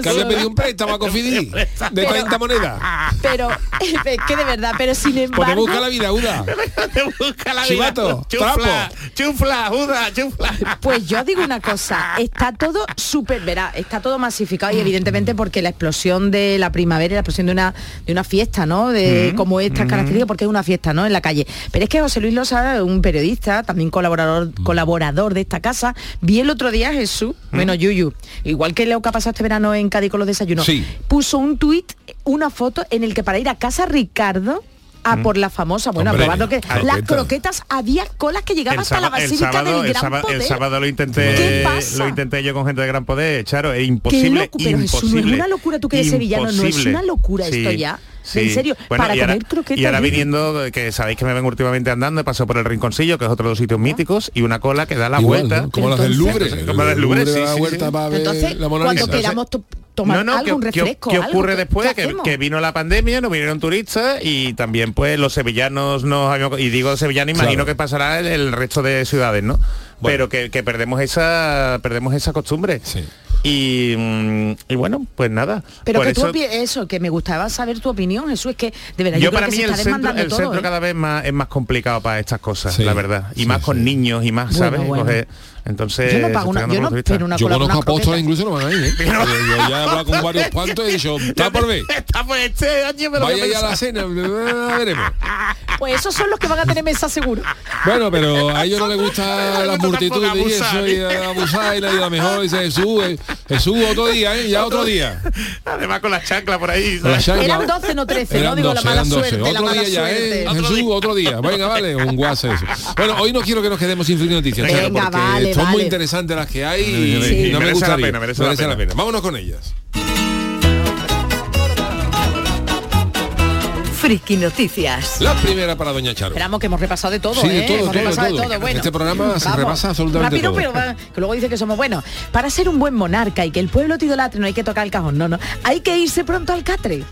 S8: Que había
S12: son?
S8: pedido un préstamo a Cofidis de
S11: Pero-
S8: 30 monedas.
S11: Pero, es que de verdad, pero sin embargo...
S8: Pues te busca la vida, Uda.
S12: Te busca la vida.
S8: Chivato,
S12: Chufla,
S8: trapo.
S12: chufla, juda, chufla.
S11: Pues yo digo una cosa, está todo súper, verá, está todo masificado y evidentemente porque la explosión de la primavera, y la explosión de una, de una fiesta, ¿no? De
S13: Mm,
S11: como estas
S13: mm.
S11: características, porque es una fiesta, ¿no? En la calle. Pero es que José Luis Losa, un periodista, también colaborador,
S12: Mm.
S11: colaborador de esta casa, vi el otro día a Jesús, bueno, Yuyu, igual que Leo que ha pasado este verano en Cádiz con los desayunos,
S13: Sí.
S11: puso un tuit, una foto en el que para ir a casa Ricardo a
S12: Mm.
S11: por la famosa, bueno,
S12: Hombre,
S11: aprobando que
S12: claro,
S11: las
S12: cuenta.
S11: croquetas había colas que llegaban hasta la
S12: sába- el
S11: basílica
S12: sábado-
S11: del
S12: el
S11: Gran
S12: sábado- el
S11: Poder.
S12: sábado lo intenté,
S11: ¿Qué pasa?
S12: lo intenté yo con gente de Gran Poder, Charo, es imposible,
S11: loco, pero Jesús, no es
S12: imposible.
S11: una locura, tú que eres sevillano, no es
S12: imposible.
S11: una locura esto ya. En serio, para
S12: y ahora-
S11: comer croquetas,
S12: Y ahora
S11: dime.
S12: viniendo, eh, que sabéis que me ven últimamente andando, paso por el Rinconcillo, que es otro de los sitios
S11: Ah.
S12: míticos, y una cola que da la
S8: Igual,
S12: vuelta.
S8: ¿no? Como las del Louvre.
S12: Entonces, Como las del Louvre, sí, sí, sí.
S11: Entonces, cuando queramos to- tomar
S12: No, no,
S11: algo,
S12: ¿qué-
S11: un
S12: qué-
S11: refresco,
S12: ¿Qué,
S11: algo,
S12: ocurre
S11: ¿qué-
S12: después?
S11: qué
S12: Que,
S11: hacemos?
S12: que vino la pandemia, no vinieron turistas y también pues los sevillanos nos habíamos- y digo sevillanos, imagino que pasará el, el resto de ciudades, ¿no? Pero que, que perdemos esa perdemos esa costumbre. Y, mm, y bueno, pues nada.
S11: Pero
S12: Por
S11: que tú
S12: eso-
S11: opi- eso, que me gustaba saber tu opinión, Jesús, es que de verdad yo,
S12: yo
S11: creo
S12: para
S11: que
S12: mí
S11: se
S12: el
S11: está
S12: centro,
S11: desmandando
S12: el
S11: todo.
S12: centro
S11: ¿eh?
S12: cada vez más es más complicado para estas cosas, la verdad. Y más con niños y más,
S11: Bueno,
S12: ¿sabes?
S11: bueno.
S12: Coger- Entonces,
S11: Yo no pago
S12: se está
S11: una-
S12: dando
S11: yo
S12: por
S11: no-
S12: turista.
S11: pero una
S8: Yo conozco apóstoles incluso no van a ir, ¿eh? Yo yo ya he hablado con varios cuantos y he dicho, está por ver.
S12: Está por este año me lo voy
S8: Vaya ya a la
S12: pensar.
S8: cena, veremos.
S11: Pues esos son los que van a tener mesa seguro.
S8: Bueno, pero a ellos no les gusta las multitudes
S11: tampoco
S8: y eso,
S11: abusar.
S8: y abusar, y la y la mejor, dice Jesús, eh, Jesús, otro día, ¿eh? ya otro día.
S12: Además con la chancla por ahí.
S8: Con la chancla.
S11: Eran 12, no 13,
S8: Eran
S11: ¿no? Digo, la
S8: 12,
S11: mala
S8: eran 12.
S11: suerte, la
S8: Otro
S11: mala
S8: día ya,
S11: suerte.
S8: ¿eh? Jesús, otro día. Venga, vale, un guasa eso. Bueno, hoy no quiero que nos quedemos sin fin de noticias,
S11: Venga,
S8: Charo, porque
S11: vale,
S8: son muy
S11: vale.
S8: interesantes las que hay
S12: Sí,
S8: y
S12: sí.
S8: no me
S12: Merece la
S8: gustaría.
S12: pena, merece la pena.
S8: Vámonos con ellas.
S7: Friki Noticias.
S8: La primera para Doña Charo.
S11: Esperamos que hemos repasado de todo,
S8: Sí, de
S11: ¿eh?
S8: todo,
S11: hemos
S8: todo,
S11: repasado
S8: todo.
S11: de todo. Bueno,
S8: Este programa se repasa absolutamente
S11: rápido,
S8: todo.
S11: pero va- que luego dice que somos buenos. Para ser un buen monarca y que el pueblo te idolatre no hay que tocar el cajón, no, no. Hay que irse pronto al catre.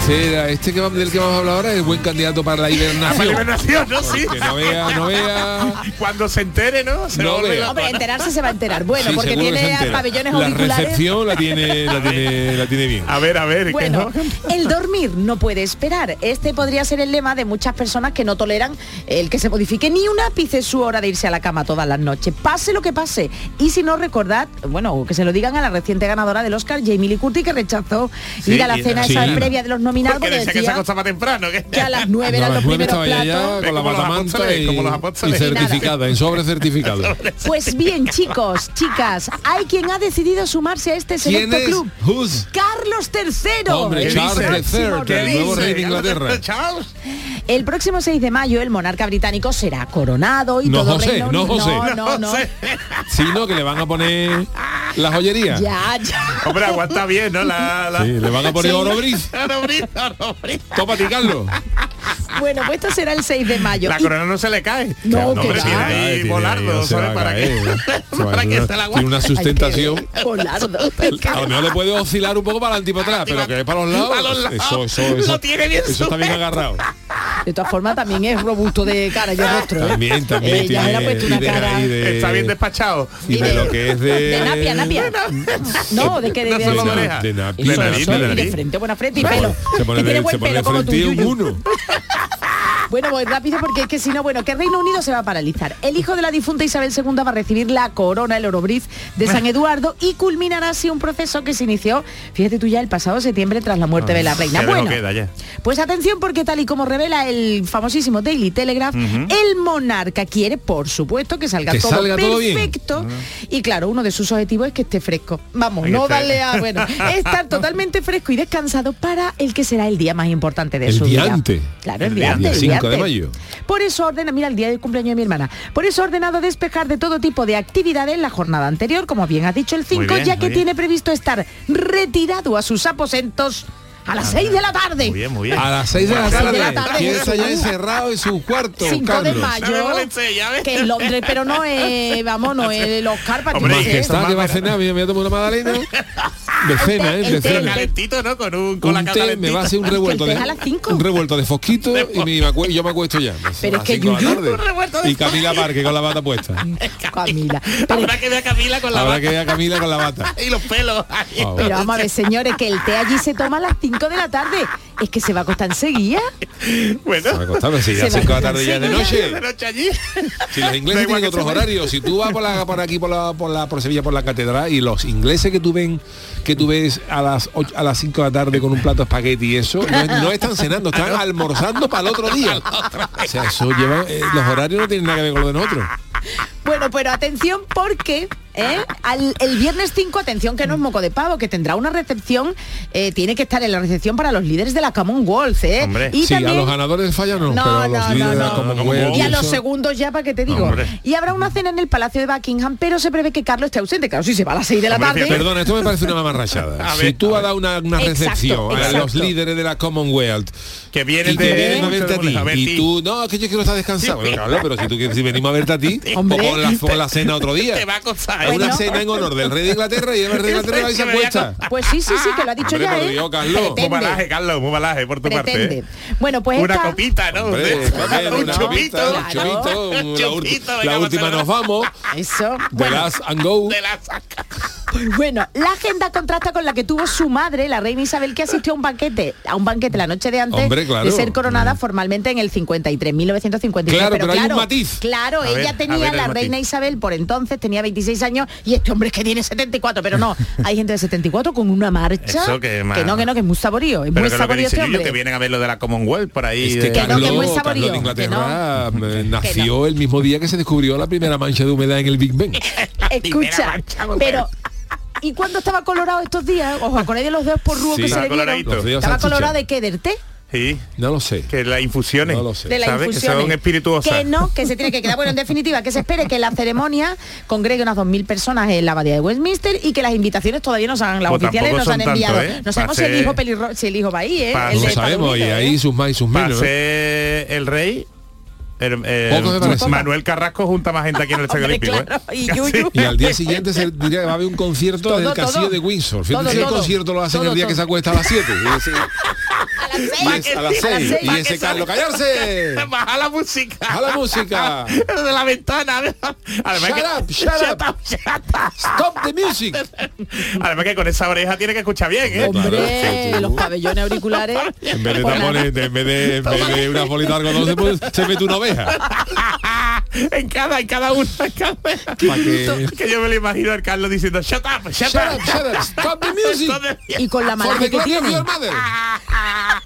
S8: Este, era- este que, va- del que vamos a hablar ahora es buen candidato para la hibernación.
S12: Ah, Para la hibernación, ¿no? Sí.
S8: Porque no vea, no vea.
S12: Cuando se entere, ¿no? Se
S8: No
S12: vuelve
S8: vea.
S11: Hombre, enterarse se va a enterar. Bueno,
S8: Sí,
S11: porque
S8: seguro que se
S11: tiene
S8: entera.
S11: pabellones
S8: La
S11: auriculares.
S8: recepción la tiene, la tiene, la tiene bien.
S12: A ver, a ver.
S11: Bueno, el dormir no puede esperar. Este podría ser el lema de muchas personas que no toleran el que se modifique ni un ápice su hora de irse a la cama todas las noches. Pase lo que pase. Y si no, recordad, bueno, que se lo digan a la reciente ganadora del Oscar, Jamie Lee Curtis, que rechazó
S12: Sí,
S11: ir a la
S12: y-
S11: cena
S12: sí.
S11: esa previa de los nominados
S12: Porque
S11: porque
S12: decía que se
S11: decía
S12: acostaba temprano. Que,
S11: que a las 9
S8: No,
S11: eran
S8: a las
S11: los
S8: nueve estaba
S11: primeros
S8: ella
S11: platos.
S8: ya con la
S12: Como los
S8: matamanta
S12: apóstoles,
S8: y,
S12: como los
S8: y
S12: apóstoles.
S8: certificada, en sobre certificada.
S11: Pues bien, chicos, chicas, hay quien ha decidido sumarse a este
S8: ¿Quién
S11: selecto
S8: es?
S11: club.
S8: Who's?
S11: Carlos III.
S8: Hombre,
S11: el
S8: Charles
S11: próximo
S8: III, el nuevo rey de Inglaterra.
S11: El próximo 6 de mayo el monarca británico será coronado y
S8: No,
S11: todo
S8: José,
S11: Reino
S8: no,
S11: Unido-
S8: José.
S11: No, no, no.
S8: Sino que le van a poner la joyería.
S11: Ya, ya.
S12: Hombre, aguanta bien, ¿no? La, la...
S8: Sí, le van a poner oro bris.
S12: Oro bris, oro bris.
S8: Toma, Carlos.
S11: Bueno, pues esto será el 6 de mayo.
S12: La
S11: Y-
S12: corona no se le cae.
S11: No,
S12: hombre,
S11: que
S12: tiene
S11: va.
S12: ahí
S8: Tiene-
S12: volardo,
S8: se va
S12: ¿sabes?
S8: a
S12: Para
S8: caer,
S12: que,
S8: ¿no?
S12: para que
S8: Tiene
S12: se la
S8: una- tiene una sustentación.
S11: Volardo.
S8: A lo mejor le puede oscilar un poco para adelante y para atrás, pero que es para los lados.
S12: Para los lados.
S8: Eso, eso,
S12: Lo
S8: eso,
S12: tiene bien
S8: eso está bien
S12: sujeto.
S8: agarrado.
S11: De todas formas, también es robusto de cara y de rostro. ¿eh?
S8: También, también
S11: Eh, ya
S8: tiene-
S11: le ha puesto
S8: y
S11: una
S8: de-
S11: cara.
S8: y de-
S12: Está bien despachado.
S8: Y de lo que es de...
S11: De napia, napia. No, de que de,
S8: De,
S11: de-
S8: na-
S11: de-
S8: de napia.
S11: Eso, eso, y de frente, buena frente y pelo.
S8: Se pone
S11: Y tiene
S8: de,
S11: buen
S8: se pone
S11: pelo
S8: de
S11: como tú,
S8: frente un
S11: Yuyu.
S8: uno.
S11: Bueno, voy rápido porque es que si no, bueno, que Reino Unido se va a paralizar. El hijo de la difunta Isabel II va a recibir la corona, el orobriz de San Eduardo y culminará así un proceso que se inició, fíjate tú ya, el pasado septiembre tras la
S8: Ah,
S11: muerte de la reina.
S12: Ya de lo
S11: Bueno,
S12: queda ya.
S11: pues atención porque tal y como revela el famosísimo Daily Telegraph,
S12: Ujú.
S11: el monarca quiere, por supuesto, que salga
S12: Que
S11: todo
S12: salga todo bien.
S11: perfecto. Y claro, uno de sus objetivos es que esté fresco. Vamos,
S12: Hay que
S11: no
S12: estar-
S11: darle a... Bueno, estar totalmente fresco y descansado para el que será el día más importante de
S8: El
S11: su
S8: día
S11: vida.
S8: antes.
S11: Claro, el,
S8: El
S11: día
S8: día
S11: antes. el día
S8: 5 de
S11: antes.
S8: mayo.
S11: Por eso ordena, mira, el día del cumpleaños de mi hermana. Por eso ha ordenado despejar de todo tipo de actividades la jornada anterior, como bien ha dicho el 5,
S12: bien,
S11: ya que
S12: muy bien.
S11: tiene previsto estar retirado a sus aposentos a las 6 de la tarde.
S12: Muy bien, muy bien.
S8: A las 6 de la
S11: A las seis de la
S8: tarde.
S11: tarde.
S8: Piensa ya encerrado en su cuarto,
S11: 5 de
S8: Carlos.
S11: mayo, que en Londres, pero no es, vamos, no es el Oscar para
S8: Hombre,
S11: que no sé.
S8: Majestad, que va a cenar, mira, me voy a tomar una magdalena. De cena, ¿eh? De
S11: El té, Este, el
S8: cena.
S11: té.
S12: Tito, ¿no? Con un con
S8: Un
S12: la
S8: té,
S12: cara
S8: me va a hacer un
S11: Es que el
S8: revuelto
S11: té
S8: de
S11: es a las cinco.
S8: un revuelto de fosquito y me- me acue- yo me acuesto ya.
S11: Pero
S8: A
S11: es que
S8: cinco de la
S11: Yuyu-
S8: tarde.
S11: un revuelto de
S8: y Camila Parque con la bata puesta.
S11: Camila. Pero,
S12: que vea a Camila con la
S8: Habrá
S12: bata
S8: que ver a Camila con la bata.
S12: y los pelos. ahí.
S11: pero vamos a ver, señores, que el té allí se toma a las 5 de la tarde. Es que se va a acostar enseguida.
S12: Bueno.
S8: Se va a acostar, pero si ya
S11: Se va
S8: cinco de la
S11: a
S8: tarde ya es de
S11: acostar,
S8: noche.
S12: De noche allí.
S8: Si los
S12: Da
S8: ingleses
S12: igual
S8: tienen
S12: que
S8: otros
S12: se vaya.
S8: horarios, si tú vas por, la, por aquí, por la, por la por Sevilla, por la catedral, y los ingleses que tú ven, que tú ves a las ocho- a las 5 de la tarde con un plato de espagueti y eso, no, es- no están cenando, están almorzando para el otro día. O sea, eso lleva, eh, los horarios no tienen nada que ver con los de nosotros.
S11: Bueno, pero atención porque ¿eh? Al- el viernes 5, atención que no es moco de pavo, que tendrá una recepción, eh, tiene que estar en la recepción para los líderes de la Commonwealth, ¿eh? y
S8: sí, a
S11: también-
S8: los ganadores de falla no,
S11: No,
S8: pero a
S11: no,
S8: los
S11: no,
S8: líderes de la
S11: no.
S8: Commonwealth
S11: y a
S8: y
S11: los
S8: eso-
S11: segundos ya, ¿para qué te digo?
S8: Hombre.
S11: Y habrá una cena en el Palacio de Buckingham, pero se prevé que Carlos esté ausente. Claro, si se va a las 6 de la tarde.
S8: Perdona, esto me parece una mamarrachada.
S12: A
S8: Si
S12: ver,
S8: tú has dado una, una
S11: Exacto,
S8: recepción a los
S11: exacto.
S8: líderes de la Commonwealth
S12: que vienen
S8: y que
S12: de-
S8: vienen a verte a ti
S12: a ver, sí.
S8: y tú no es que yo quiero estar descansado Bueno, claro, pero si tú quieres- si venimos a verte a ti o
S11: Hombre.
S8: con la, o la cena otro día
S12: Te va a acosar.
S8: Hay una
S11: Bueno.
S8: cena en honor del rey de Inglaterra y el rey de Inglaterra ahí se acuesta
S11: Pues sí, sí, sí, que lo ha dicho
S8: Hombre,
S11: ya,
S8: por
S11: ¿eh?
S8: Dios, Carlos.
S12: Muy
S11: Pretende.
S12: malaje, Carlos, muy malaje por tu parte.
S11: Pretende.
S12: ¿eh?
S11: Bueno, pues
S12: una
S11: esta-
S12: copita, ¿no?
S8: Hombre,
S12: Un
S8: papel, una
S12: chupito.
S8: copita, un chupito, la
S12: Un
S8: ulti-
S12: chupito, venga,
S8: la
S12: vamos
S8: última
S12: a la-
S8: nos vamos
S11: Eso.
S8: de las and go
S12: De la saca.
S11: Pues bueno, la agenda contrasta con la que tuvo su madre, la reina Isabel, que asistió a un banquete, a un banquete la noche de antes
S8: Hombre, claro. Mm.
S11: de ser coronada formalmente en el 53, 1953.
S8: Claro, pero hay un matiz.
S11: Claro,
S8: A
S11: ella
S8: ver, a
S11: tenía,
S8: ver el
S11: la
S8: matiz.
S11: reina Isabel por entonces tenía 26 años y este hombre es que tiene 74, pero no, hay gente de 74 con una marcha
S12: Eso que ma-
S11: no, que no, que es muy saborío, es
S12: Pero que
S11: muy
S12: lo que
S11: saborío
S12: dice
S11: este
S12: Yuyu,
S11: hombre.
S12: que vienen a ver lo de la Commonwealth por ahí.
S8: Es
S12: de-
S8: que
S11: no,
S8: Carlos,
S11: que es muy saborío,
S8: Carlos de
S11: que
S8: Inglaterra eh, nació el mismo día que se descubrió la primera mancha de humedad en el Big Ben.
S11: Escucha, pero ¿y cuándo estaba colorado estos días? Ojo, acordáis de los dedos por rubo
S8: Sí.
S11: que se
S8: Estaba
S11: le dieron.
S8: coloradito. Los dedos
S11: Estaba
S8: salchicha.
S11: colorado de qué, del té?
S12: Sí.
S8: No lo sé.
S12: Que las infusiones.
S8: No lo sé.
S11: de la
S12: ¿sabes?
S11: infusión.
S12: Que son espirituosas.
S11: Que no, que se tiene que quedar. Bueno, en definitiva, que se espere que la ceremonia congregue unas 2.000 personas en la abadía de Westminster y que las invitaciones todavía no se han, las
S12: Pues
S11: oficiales
S12: tampoco
S11: no se han
S12: son tanto,
S11: enviado.
S12: ¿eh?
S11: No sabemos
S12: Pa'
S11: si el
S12: ser-
S11: hijo pelirro, si el hijo va ahí, ¿eh?
S8: No
S12: Pa'
S11: El de
S8: lo
S11: Estados
S8: sabemos, y
S11: Unidos, ¿eh?
S8: ahí sus más y sus menos. ¿eh?
S12: Pase el rey. el- el-
S8: Poco me parece.
S12: Manuel Carrasco junta más gente aquí en el Estadio
S11: Hombre,
S12: Olímpico. ¿eh?
S11: claro, y
S12: Casi.
S11: Yuyu.
S8: Y al día siguiente se diría que va a haber un concierto
S11: Todo,
S8: del castillo
S11: todo.
S8: de Windsor. Fíjate
S11: Todo,
S8: si el
S11: todo.
S8: concierto lo hacen
S11: Todo,
S8: el día que
S11: todo.
S8: se acuesta a las 7.
S11: A las seis.
S8: a las
S11: A las
S8: 6.
S11: seis.
S8: Y ese Carlos, callarse.
S12: Baja la música.
S8: A la música.
S12: de la ventana. Además
S8: Shut
S12: que,
S8: up, shut up. Stop the music.
S12: Además que con esa oreja tiene que escuchar bien, ¿eh?
S11: Hombre, los pabellones auriculares.
S8: En vez de
S11: Pues nada.
S8: tapones, en vez de, en vez de una bolita de algodón, se, pone- se mete una oveja.
S12: en cada, en cada uno, en cada
S8: Pa' que-
S12: que yo me lo imagino al Carlos diciendo, shut up, shut,
S8: Shut up, shut up. Stop the music.
S12: Entonces,
S11: Y con la
S8: For the
S11: madre que
S8: glory of
S11: tiene.
S8: your mother.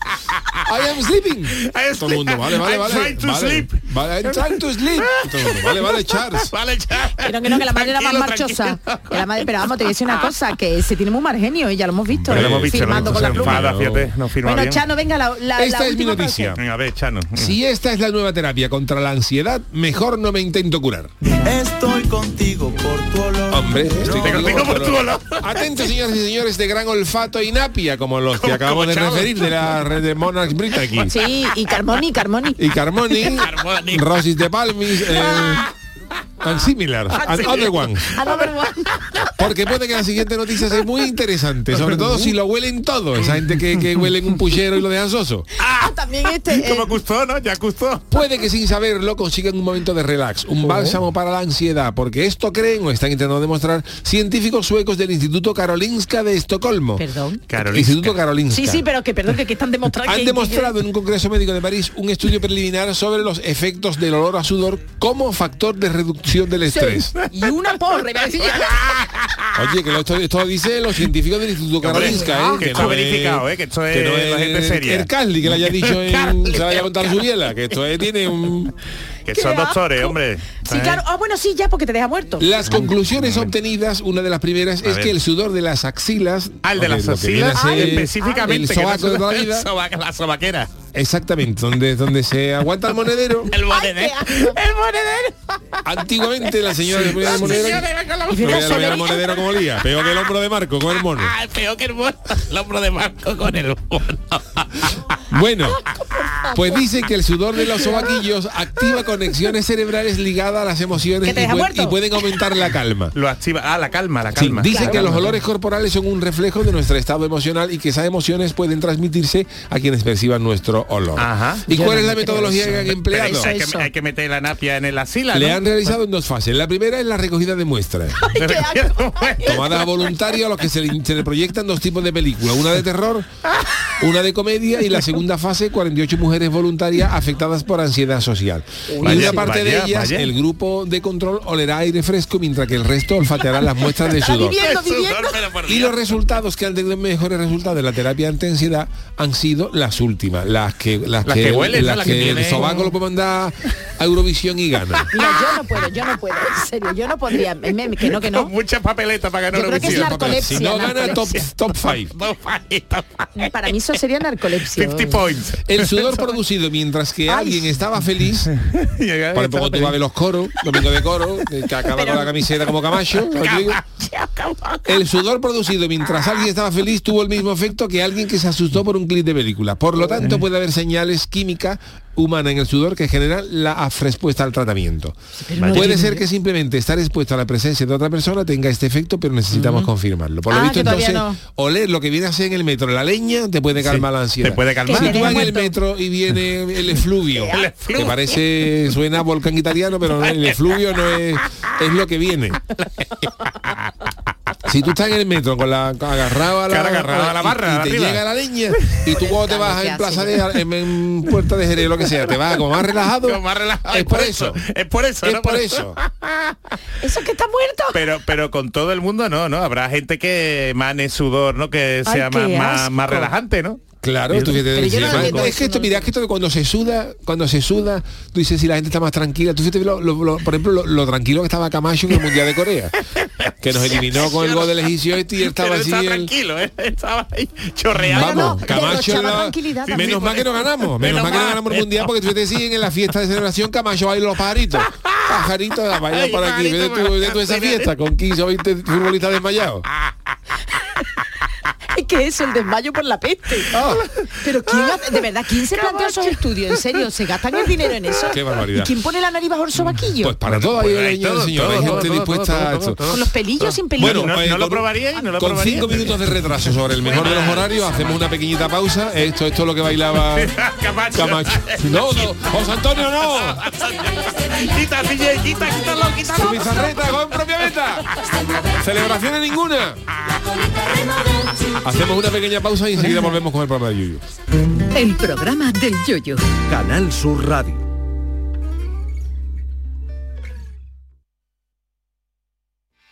S8: I am sleeping.
S12: I
S8: Todo el mundo, vale, vale,
S12: I'm
S8: vale,
S12: trying to
S8: vale.
S12: sleep.
S8: Vale, time to sleep. Entonces, vale, vale, Charles.
S12: Vale, Charles.
S11: Pero que no, que la madre era más marchosa. Que la madre, pero vamos, te voy a decir una cosa, que se tiene muy mal genio, y ya lo hemos visto.
S12: lo hemos visto,
S11: firmando
S12: no,
S11: con la
S12: se
S11: pluma.
S12: enfada, fíjate, no firma
S11: Bueno,
S12: bien.
S11: Chano, venga, la, la,
S8: Esta
S11: la
S8: es mi
S11: última
S8: noticia.
S12: Venga, a ver, Chano.
S8: Si esta es la nueva terapia contra la ansiedad, mejor no me intento curar.
S10: Estoy contigo por tu olor.
S8: Hombre, estoy
S10: contigo por tu
S8: olor. Atentos, señoras y señores, de gran olfato y napia, como los que acabamos de
S10: Chávez.
S8: referir de la red de Monarchs Britannic.
S11: Sí, y Carmoni, Carmoni.
S8: Y Carmoni, Rosis de Palmis, eh, and similar, and other one.
S11: Another one.
S8: Porque puede que la siguiente noticia sea muy interesante, sobre todo si lo huelen todo, esa gente que, que huelen un puchero y lo dejan soso.
S11: Ah, también este. eh,
S12: Como gustó, ¿no? Ya gustó. Oh.
S8: Puede que sin saberlo consigan un momento de relax, un bálsamo para la ansiedad, porque esto creen o están intentando demostrar científicos suecos del Instituto Karolinska de Estocolmo.
S11: Perdón.
S8: Instituto Karolinska.
S11: Sí, sí, pero que perdón, que aquí están demostrando
S8: Han
S11: que-
S8: demostrado en un congreso médico de París un estudio preliminar sobre los efectos del olor a sudor como factor de reducción del
S11: Sí,
S8: estrés.
S11: Y una porra, iba a decir yo.
S8: Oye, que lo- esto, esto dice los científicos del Instituto Karolinska, ¿eh?
S12: que esto
S8: no
S12: verificado, ¿eh? Que esto es
S8: que no
S12: la gente seria.
S8: El Carly, que le haya dicho, en-
S12: Carly,
S8: se la haya
S12: el
S8: contado a su biela, que esto es- tiene un...
S12: Que son
S11: Qué asco.
S12: doctores, hombre. Eh,
S11: Sí, claro. Ah, bueno, sí, ya, porque te deja muerto.
S8: Las conclusiones obtenidas, una de las primeras,
S12: A
S8: es
S12: ver.
S8: que el sudor de las axilas...
S12: Al de
S8: o
S12: las
S8: lo que viene a
S12: axilas, ah,
S8: ser
S12: específicamente.
S8: El
S12: que no
S8: sobaco de toda la
S12: el
S8: vida.
S12: soba- la sobaquera.
S8: Exactamente, donde, donde se aguanta el monedero.
S12: El monedero.
S11: El monedero.
S8: Antiguamente la señora le ponía el
S12: La
S8: monedero.
S12: señora
S8: aquí.
S12: iba con
S8: No
S12: la-
S8: voy a- no voy al monedero como olía. Peor que el hombro de Marco con el mono.
S12: Ah, peor que el mono. El hombro de Marco con el mono.
S8: Bueno, pues dice que el sudor de los sobaquillos activa conexiones cerebrales ligadas a las emociones
S11: Que te
S8: y,
S11: deja
S8: pue-
S11: muerto.
S8: y pueden aumentar la calma.
S12: Lo activa. Ah, la calma, la
S8: Sí,
S12: calma.
S8: dicen que
S12: Calma.
S8: los olores corporales son un reflejo de nuestro estado emocional y que esas emociones pueden transmitirse a quienes perciban nuestro olor.
S12: Ajá.
S8: ¿Y
S11: Yo
S8: cuál
S11: no
S8: es la
S11: me creo
S8: metodología
S11: eso.
S8: que han
S12: Pero
S8: empleado?
S12: eso hay, que, hay que meter la napia en el asila.
S8: Le han realizado en dos fases. La primera es la recogida de muestras. Tomadas a voluntario a los que se le, se le proyectan dos tipos de películas, una de terror, una de comedia y la segunda fase, 48 mujeres voluntarias afectadas por ansiedad social. y
S12: Vaya,
S8: una parte
S12: vaya,
S8: de ellas,
S12: vaya.
S8: el grupo de control olerá aire fresco mientras que el resto olfateará las muestras de sudor.
S11: Viviendo, viviendo.
S8: Y los resultados que han tenido mejores resultados de la terapia ante ansiedad han sido las últimas, las que las,
S12: Las que huelen, ¿no?
S8: las
S12: Las que
S8: que el
S12: tienen-
S8: sobaco lo puede mandar a Eurovisión y gana.
S11: Mira, yo no puedo, yo no puedo. En serio, yo no podría. me- me- que no, que no.
S12: Con muchas papeletas para ganar
S11: Yo creo que es
S12: Eurovisión.
S11: narcolepsia.
S8: Si no gana top
S11: narcolepsia.
S8: top 5.
S12: Dos palitos.
S11: Para mí eso sería narcolepsia.
S12: 50 points.
S8: El sudor producido mientras que alguien estaba feliz, por ejemplo, tú vas a ver los coros, domingo de coro, que que acaba con la camiseta como Camacho, os digo. el sudor producido mientras alguien estaba feliz tuvo el mismo efecto que alguien que se asustó por un clip de película. Por lo tanto, puede haber señales químicas humanas en el sudor que generan la af- respuesta al tratamiento.
S11: no
S8: Puede
S11: tiene-
S8: ser que simplemente estar expuesto a la presencia de otra persona tenga este efecto, pero necesitamos confirmarlo. Por lo
S11: Ah,
S8: visto,
S11: que todavía
S8: entonces, oler lo que viene a ser en el metro, la leña, te puede calmar la ansiedad.
S12: te puede calmar.
S8: Si
S11: Que te
S8: tú vas en
S11: deja
S8: el
S11: muerto.
S8: metro y viene el efluvio,
S12: El efluvio.
S8: que parece, suena a volcán italiano, pero no, el efluvio no es, es lo que viene. Si tú estás en el metro con la agarrada a la,
S12: Cara agarrada a la barra,
S8: y, y te
S12: arriba.
S8: llega la leña y tú cuando te vas en
S11: hace.
S8: plaza eh, de en, en puerta de Jerez lo que sea, te vas como más relajado.
S12: Como más relajado.
S8: Es por eso.
S12: Es por eso.
S8: Es
S12: ¿no?
S8: por eso.
S11: Eso que está muerto.
S12: Pero, pero con todo el mundo no, ¿no? Habrá gente que emane sudor, ¿no? Que
S11: Ay,
S12: sea
S11: qué
S12: más, más, más
S11: asco.
S12: relajante, ¿no?
S8: Claro, tú fíjate,
S11: Pero yo no
S8: dices,
S11: entiendo
S8: "Man, es
S11: eso,
S8: que esto,
S11: no
S8: mira, es que esto de cuando se suda, cuando se suda, tú dices si la gente está más tranquila. Tú fíjate, lo- lo- lo- por ejemplo, lo, lo tranquilo que estaba Camacho en el Mundial de Corea, que nos eliminó con el gol del egipcio este y él
S12: Pero
S8: estaba así.
S12: está
S8: el-
S12: tranquilo, ¿eh? Estaba ahí chorreando.
S8: Vamos,
S11: no,
S8: Camacho
S11: derrochaba
S8: la-
S11: tranquilidad también.
S8: menos mal que no ganamos, menos mal que no ganamos el mundial porque tú fíjate sí, en la fiesta de celebración Camacho baila los pajaritos. Pajaritos la baila
S12: Ay,
S8: por aquí,
S12: pajarito, ¿eh?
S8: vete tú, vete tú a esa
S12: mira.
S8: fiesta con 15 o 20 futbolistas desmayados.
S11: Es que eso, el desmayo por la peste.
S12: Ah.
S11: Pero ¿quién hace- de verdad, ¿quién se plantea esos estudios? En serio, ¿se gastan el dinero en eso?
S8: Qué barbaridad.
S11: ¿Y quién pone la nariz bajo el sobaquillo?
S8: Pues para todo hay
S12: Pues hay
S8: señor,
S12: todo,
S8: señor, hay
S12: todo,
S8: gente
S12: todo, todo,
S8: dispuesta a
S12: todo,
S8: esto.
S12: todo.
S11: Con los pelillos sin pelillos.
S8: Bueno,
S12: No-
S8: eh,
S12: no lo
S8: con-
S12: probaríais, no lo
S8: Con
S12: probaríais.
S8: cinco minutos de retraso sobre el mejor de los horarios, hacemos una pequeñita pausa. Esto, esto es lo que bailaba
S12: Camacho.
S8: Camacho. No, no, José Antonio, no.
S12: Quita, DJ, quita, quítalo,
S8: Su
S12: quítalo.
S8: bizarreta con propia meta. Celebraciones ninguna. Hacemos una pequeña pausa y enseguida volvemos con el programa de Yuyu.
S7: El programa del Yoyo.
S9: Canal Sur Radio.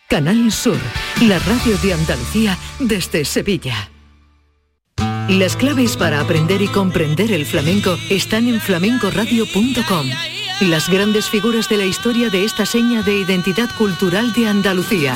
S7: Canal Sur, la radio de Andalucía desde Sevilla. Las claves para aprender y comprender el flamenco están en flamencoradio.com. Las grandes figuras de la historia de esta seña de identidad cultural de Andalucía.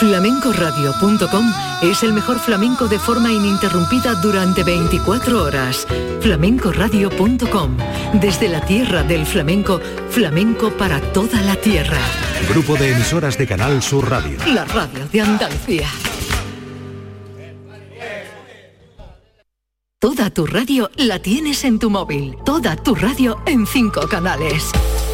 S7: Flamencoradio.com es el mejor flamenco de forma ininterrumpida durante 24 horas. Flamencoradio.com, desde la tierra del flamenco, flamenco para toda la tierra.
S9: Grupo de emisoras de Canal Sur Radio.
S7: La radio de Andalucía. Toda tu radio la tienes en tu móvil. Toda tu radio en cinco canales.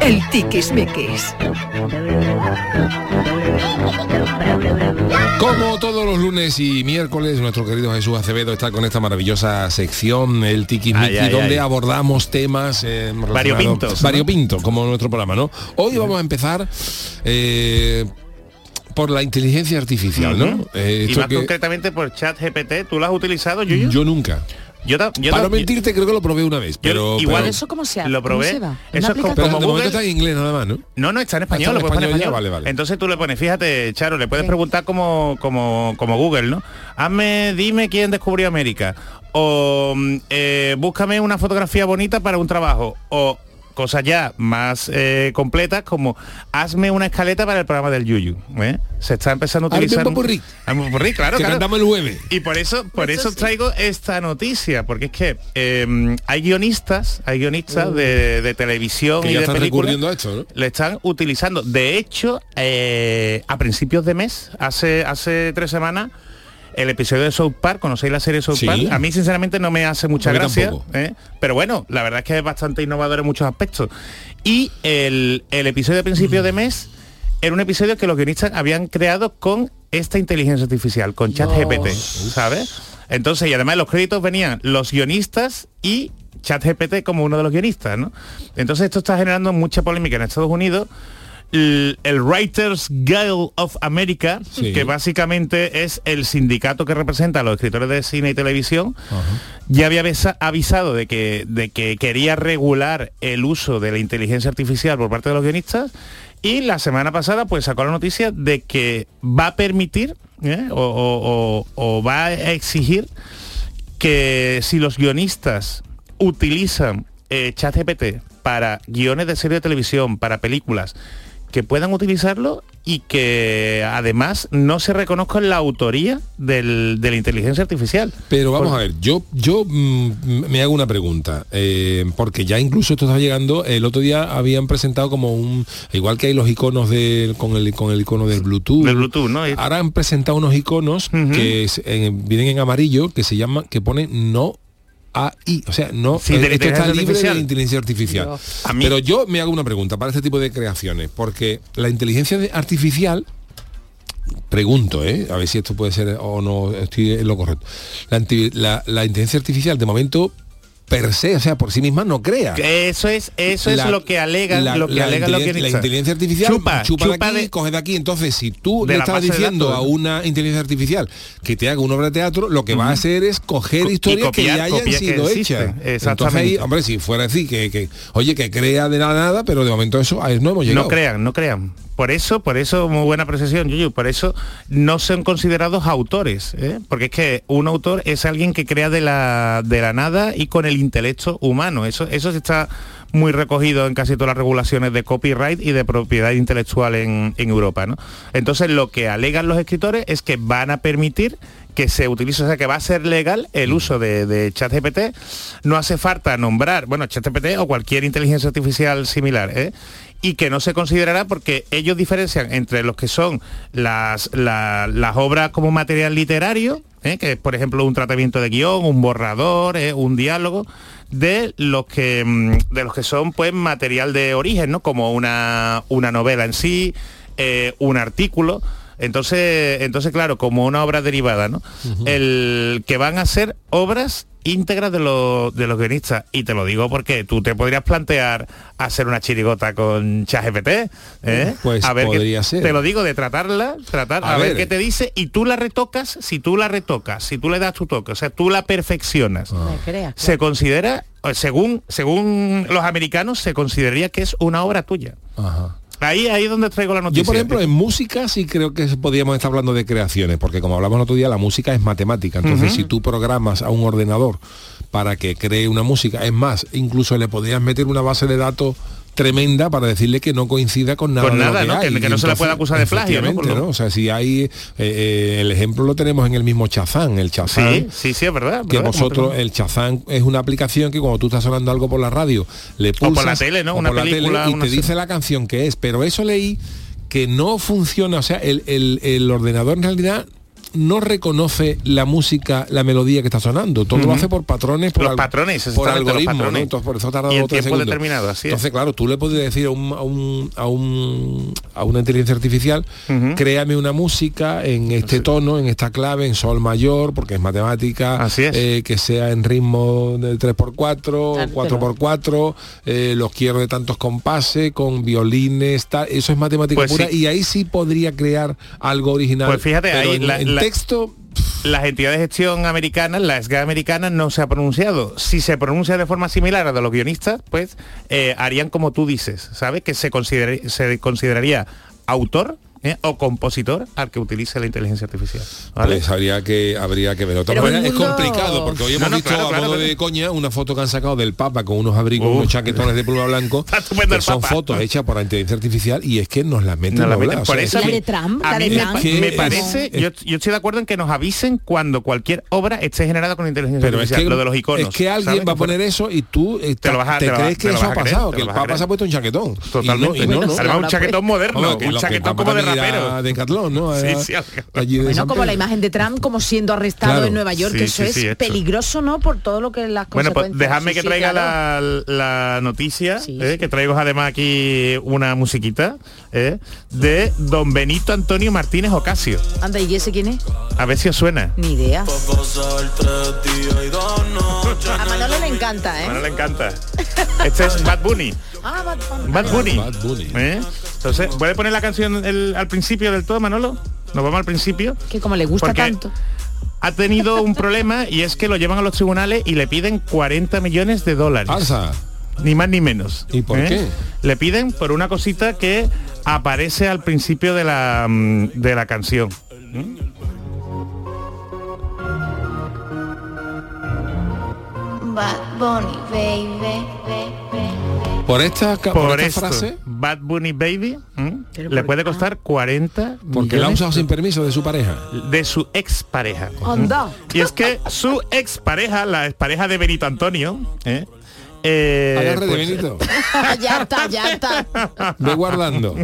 S7: El tiquismiquis.
S8: Como todos los lunes y miércoles, nuestro querido Jesús Acevedo está con esta maravillosa sección, el
S12: Ay,
S8: Tiquismiqui,
S12: ay,
S8: donde
S12: ay.
S8: abordamos temas eh, relacionados-
S12: Variopintos, ¿no?
S8: variopintos, como nuestro programa, ¿no? Hoy vamos a empezar eh, por la inteligencia artificial, ¿no?
S12: Ujú.
S8: Eh,
S12: y
S8: esto
S12: más
S8: que-
S12: concretamente por chat GPT, ¿tú lo has utilizado, Yuyu?
S8: Yo nunca.
S12: Yo, ta- yo
S8: Para
S12: ta-
S8: no mentirte, Este creo que lo probé una vez, pero...
S12: igual
S8: pero-
S12: eso cómo se ha- Lo cómo probé. se va, ¿en Eso una es como- aplicación?
S8: Pero de
S12: como
S8: momento
S12: Google-
S8: está en inglés nada más, ¿no?
S12: No, no, está en español,
S8: Está en
S12: lo puedes poner en
S8: español ya,
S12: español.
S8: vale, vale.
S12: Entonces tú le pones, fíjate, Charo, le puedes preguntar como, como, como Google, ¿no? Hazme, dime quién descubrió América. O mm, eh, búscame una fotografía bonita para un trabajo. O cosas ya más eh, completas como hazme una escaleta para el programa del Yuyu. ¿eh? Se está empezando a
S8: Hazme un
S12: utilizar.
S8: popurrí.
S12: Hazme un popurrí, claro,
S8: Que
S12: claro.
S8: cantamos el jueves.
S12: Y por eso, por
S8: Pues Eso
S12: eso,
S8: sí.
S12: traigo esta noticia, porque es que eh, hay guionistas, hay guionistas
S8: Mm.
S12: de, de televisión
S8: Que
S12: y
S8: ya
S12: de
S8: están
S12: películas
S8: recurriendo a esto, ¿no?
S12: le están utilizando. De hecho, eh, a principios de mes, hace, hace tres semanas, el episodio de South Park, ¿conocéis la serie South
S8: Sí.
S12: Park? A mí sinceramente no me hace mucha
S8: A mí
S12: gracia,
S8: tampoco.
S12: ¿eh? pero bueno, la verdad es que es bastante innovador en muchos aspectos. Y el, el episodio de principios de mes era un episodio que los guionistas habían creado con esta inteligencia artificial, con ChatGPT, ¿sabes? Entonces, y además en los créditos venían los guionistas y ChatGPT como uno de los guionistas, ¿no? Entonces esto está generando mucha polémica en Estados Unidos. L- El, Writers Guild of America,
S8: Sí.
S12: que básicamente es el sindicato que representa a los escritores de cine y televisión, ya había avisa- avisado de que, de que quería regular el uso de la inteligencia artificial por parte de los guionistas y la semana pasada pues sacó la noticia de que va a permitir ¿eh? o, o- o- o va a exigir que si los guionistas utilizan eh, ChatGPT para guiones de serie de televisión, para películas, que puedan utilizarlo y que además no se reconozca la autoría del- de la inteligencia artificial.
S8: Pero vamos
S12: Por-
S8: a ver, yo, yo mm, me hago una pregunta, eh, porque ya incluso esto está llegando, el otro día habían presentado como un, igual que hay los iconos del con, el, con el icono del Bluetooth, ahora han presentado unos iconos que es- en- vienen en amarillo, que se llaman, que ponen no AI, o sea, no,
S12: Sí,
S8: eh,
S12: de la
S8: esto está libre de
S12: inteligencia
S8: la
S12: artificial.
S8: inteligencia artificial.
S12: A mí-
S8: Pero yo me hago una pregunta para este tipo de creaciones, porque la inteligencia de- artificial pregunto, ¿eh? a ver si esto puede ser o no, estoy en lo correcto. La, anti- la- la inteligencia artificial de momento per se, o sea, por sí misma no crea.
S12: Que Eso es, eso es
S8: La-
S12: lo que alegan,
S8: la-
S12: lo que
S8: la
S12: alegan los
S8: inteligen-
S12: guionistas.
S8: La inteligencia artificial
S12: chupa,
S8: chupa, de
S12: chupa
S8: aquí,
S12: de-
S8: coge de aquí. Entonces, si tú
S12: de
S8: le
S12: la
S8: estás
S12: base de
S8: diciendo
S12: datos.
S8: a una inteligencia artificial que te haga una obra de teatro, lo que va a hacer es coger
S12: Co- y
S8: historias
S12: copiar-
S8: que ya hayan
S12: copiar que
S8: sido
S12: existen.
S8: hechas. Entonces, ahí,
S12: Exactamente.
S8: hombre, si fuera así, que, que- oye, que crea de la nada, pero de momento eso a eso no hemos llegado.
S12: No crean, no crean. Por eso, por eso, muy buena precesión, Yuyu, por eso no son considerados autores, ¿eh? porque es que un autor es alguien que crea de la, de la nada y con el intelecto humano. Eso, eso sí está muy recogido en casi todas las regulaciones de copyright y de propiedad intelectual en, en Europa. ¿no? Entonces, lo que alegan los escritores es que van a permitir que se utilice, o sea, que va a ser legal el uso de, de ChatGPT. No hace falta nombrar, bueno, ChatGPT o cualquier inteligencia artificial similar, ¿eh? y que no se considerará porque ellos diferencian entre los que son las, la- las obras como material literario, ¿eh? que es, por ejemplo, un tratamiento de guión, un borrador, ¿eh? un diálogo, de los que mm, de los que son pues material de origen, ¿no? Como una, una novela en sí, eh, un artículo. Entonces, entonces, claro, como una obra derivada, ¿no? El que van a ser obras íntegras de los, de los guionistas. Y te lo digo porque tú te podrías plantear hacer una chirigota con ChatGPT, ¿eh?
S8: Pues
S12: a ver qué-
S8: podría ser.
S12: Te lo digo, de tratarla, tratar, a,
S8: A
S12: ver.
S8: ver.
S12: qué te dice, y tú la retocas, si tú la retocas, si tú le das tu toque, o sea, tú la perfeccionas.
S8: Ah.
S12: Se considera, eh, según, según los americanos, se consideraría que es una obra tuya.
S8: Ajá.
S12: Ahí, ahí es donde traigo la noticia.
S8: Yo, por ejemplo, en música sí creo que podríamos estar hablando de creaciones, porque como hablamos el otro día, la música es matemática. Entonces,
S12: Ujú.
S8: si tú programas a un ordenador para que cree una música, es más, incluso le podrías meter una base de datos tremenda para decirle que no coincida con nada,
S12: Con
S8: de lo
S12: nada,
S8: que,
S12: ¿no? Que-
S8: hay.
S12: que no se la
S8: Entonces,
S12: pueda acusar de plagio, ¿no? Por
S8: efectivamente,
S12: lo-
S8: O sea, si hay eh, eh, el ejemplo lo tenemos en el mismo Chazán, el Chazán
S12: sí, sí, sí, es verdad.
S8: Ah. que
S12: ¿verdad? Como
S8: vosotros
S12: te-
S8: el Chazán es una aplicación que cuando tú estás sonando algo por la radio le
S12: por la
S8: pulsas
S12: tele, ¿no?
S8: o
S12: Una
S8: por la
S12: película,
S8: tele y
S12: una
S8: te dice
S12: serie.
S8: la canción que es pero eso leí que no funciona o sea el, el- el ordenador en realidad no reconoce la música la melodía que está sonando todo lo
S12: Ujú.
S8: hace por patrones por,
S12: Los
S8: al-
S12: patrones,
S8: por
S12: exactamente, los
S8: algoritmo ¿no?
S12: patrones.
S8: entonces por eso tarda
S12: Y en
S8: dos o tres
S12: tiempo
S8: segundos.
S12: determinado, así es.
S8: entonces claro tú le puedes decir a un a un a, un- a una inteligencia artificial créame una música en este tono en esta clave en sol mayor porque es matemática
S12: Así es.
S8: eh, que sea en ritmo de 3x4, 4x4, eh, los quiero de tantos compases, con violines, tal. Eso es matemática
S12: Pues
S8: pura
S12: sí.
S8: y ahí sí podría crear algo original.
S12: Pues fíjate,
S8: pero
S12: ahí
S8: en-
S12: la-
S8: en
S12: la-
S8: texto
S12: las entidades de gestión americanas, la SGA americana, no se ha pronunciado. Si se pronuncia de forma similar a de los guionistas, pues eh, harían como tú dices, ¿sabes? Que se, considera- se consideraría autor ¿eh? o compositor al que utilice la inteligencia artificial. ¿vale?
S8: Pues habría que, habría que verlo. De todas
S12: Pero un
S8: maneras,
S12: mundo-
S8: es complicado, porque hoy
S12: No,
S8: hemos
S12: no,
S8: visto
S12: claro,
S8: a
S12: claro,
S8: modo
S12: claro.
S8: de coña una foto que han sacado del Papa con unos abrigos, unos chaquetones de pluma blanco. que
S12: el
S8: son
S12: Papa.
S8: fotos hechas por la inteligencia artificial y es que nos las meten
S12: Nos la
S8: a
S12: meten
S8: hablar.
S12: por
S8: O sea,
S12: esa-
S8: es que-
S12: La de
S11: Trump,
S12: A
S11: la de
S12: mí me,
S11: Trump.
S12: pa-
S8: que
S12: me
S8: es-
S12: parece, yo, yo estoy de acuerdo en que nos avisen cuando cualquier obra esté generada con inteligencia
S8: Pero es
S12: artificial,
S8: que,
S12: lo de los iconos.
S8: es que alguien
S12: ¿sabes?
S8: va a poner eso y tú eh,
S12: Te lo vas a-
S8: te
S12: te lo vas-
S8: crees
S12: te
S8: que
S12: lo
S8: eso
S12: vas
S8: ha
S12: a creer,
S8: pasado,
S12: te
S8: que
S12: lo
S8: el
S12: vas a
S8: Papa
S12: creer.
S8: se ha puesto un chaquetón.
S12: Totalmente.
S8: Y no, y no,
S12: Bueno,
S8: no.
S12: se habrá un Bueno, chaquetón pues. moderno,
S8: Hombre, que
S12: un
S8: lo que el
S12: chaquetón
S8: Papa
S12: como de
S8: también irá
S12: rapero.
S8: a Decathlon, ¿no?
S12: Sí,
S8: Era
S12: sí,
S8: allí de
S11: Bueno,
S8: San
S11: como
S8: Pedro.
S11: la imagen de Trump como siendo arrestado
S8: Claro.
S11: en Nueva York,
S12: Sí,
S11: que eso
S12: sí,
S11: es
S12: sí, hecho.
S11: peligroso, ¿no? Por todo lo que las
S12: Bueno, pues
S11: consecuencias.
S12: dejadme que
S11: Sí, sí,
S12: traiga
S11: claro.
S12: la, la noticia, ¿eh? que traigo además aquí una musiquita, ¿eh? de don Benito Antonio Martínez Ocasio.
S11: Anda, ¿y ese quién es?
S12: A ver si os suena.
S11: Ni idea. A Manolo le encanta, ¿eh?
S12: Bueno, le encanta. Este es Bad Bunny.
S11: Ah, Bad Bunny.
S12: Bad Bunny. ¿Eh? Entonces, ¿puede poner la canción el- al principio del todo, Manolo? Nos vamos al principio.
S11: Que como le gusta
S12: Porque
S11: tanto.
S12: Ha tenido un problema y es que lo llevan a los tribunales y le piden 40 millones de dólares. Ni más ni menos. ¿Y
S8: por qué?
S12: Le piden por una cosita que aparece al principio de la, mm, de la canción.
S14: Bad Bunny, baby.
S8: Por esta, ca- por esta
S12: esto,
S8: frase,
S12: Bad Bunny Baby ¿m? le puede costar 40
S8: porque la ha
S12: millones
S8: usado sin permiso de su pareja.
S12: de su expareja.
S11: Anda.
S12: Y es que su expareja, la expareja de Benito Antonio, ¿eh? Eh,
S8: Agarre de
S12: pues-
S8: Benito.
S11: ya está, ya está.
S8: Ve guardando.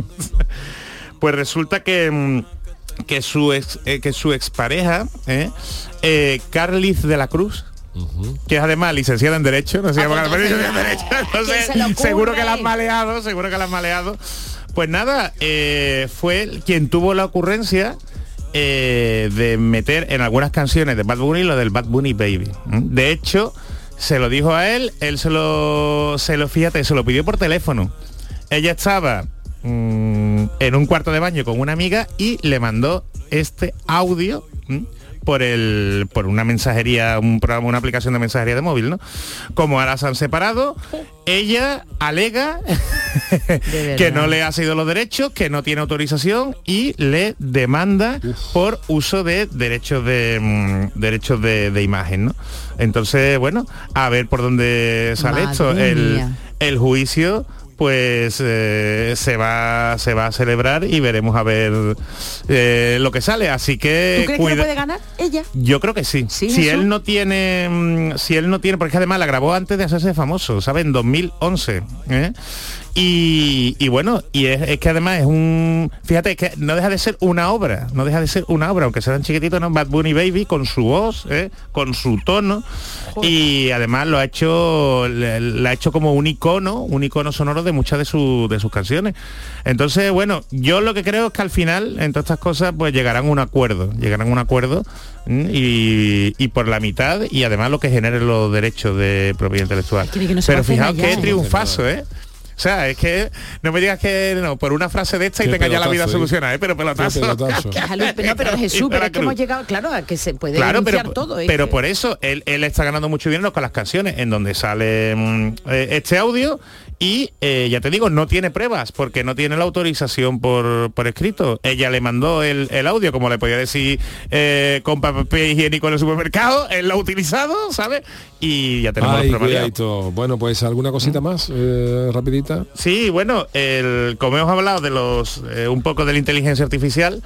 S12: Pues resulta que mm, que su ex, eh, que su expareja, ¿eh? Eh, Carliz de la Cruz, que es además licenciada en Derecho, no se llama
S10: pues entonces,
S12: licenciada en Derecho, entonces,
S10: ¿quién se le
S12: seguro que
S10: ocurre?
S12: la han maleado, seguro que la han maleado. Pues nada, eh, fue el- quien tuvo la ocurrencia eh, de meter en algunas canciones de Bad Bunny lo del Bad Bunny Baby. ¿m? De hecho, Se lo dijo a él, él se lo, se lo, fíjate, se lo pidió por teléfono. Ella estaba mm, en un cuarto de baño con una amiga y le mandó este audio ¿m? por el por una mensajería, un programa, una aplicación de mensajería de móvil, ¿no? Como ahora se han separado, ella alega que no le ha sido los derechos, que no tiene autorización y le demanda por uso de derechos de mm, derechos de, de imagen, ¿no? Entonces, bueno, a ver por dónde sale
S15: Madre
S12: esto. El,
S15: mía.
S12: el juicio pues eh, se va se va a celebrar y veremos a ver eh, lo que sale así
S11: ¿Tú
S12: que
S11: crees que
S12: Eh, cuida-
S11: lo puede ganar ella?
S12: yo creo que sí. si
S11: Jesús?
S12: él no tiene, mm, si él no tiene, porque además la grabó antes de hacerse famoso, ¿sabes? En 2011. ¿eh? Y, y bueno, y es, es que además es un, fíjate, es que no deja de ser una obra, no deja de ser una obra, aunque sea tan chiquitito, ¿no? Bad Bunny Baby con su voz, ¿eh? con su tono y además lo ha hecho, le- la ha hecho como un icono, un icono sonoro de muchas de, su- de sus canciones. Entonces, bueno, yo lo que creo es que al final, en todas estas cosas, pues llegarán a un acuerdo, llegarán a un acuerdo mm, y, y por la mitad, y además lo que genere los derechos de propiedad intelectual.
S11: que no se
S12: Pero
S11: puede
S12: fijaos
S11: hacer
S12: qué
S11: allá, ¿eh?
S12: triunfazo, ¿eh? O sea, es que no me digas que no, por una frase de esta y
S8: Qué
S12: tenga ya la vida
S8: pelotazo, ¿eh?
S12: solucionada, ¿eh? pero pelotazo.
S8: Qué pelotazo.
S11: Que Jalú- no, pero Jesús, pero es que
S12: Eh, Veracruz.
S11: hemos llegado, claro, a que se puede
S12: Claro,
S11: denunciar
S12: pero,
S11: todo. ¿eh?
S12: pero por eso él, él está ganando mucho dinero con las canciones, en donde sale mm, eh, este audio y eh, ya te digo, no tiene pruebas porque no tiene la autorización por, por escrito. Ella le mandó el, el audio, como le podía decir, eh, con papel higiénico en el supermercado, él lo ha utilizado, ¿sabes? Y ya tenemos
S8: Ay,
S12: los problemas. ¿Mm?
S8: cuidadito. Bueno, pues alguna cosita más, eh, rapidita.
S12: Sí, bueno, el- como hemos hablado de los eh, un poco de la inteligencia artificial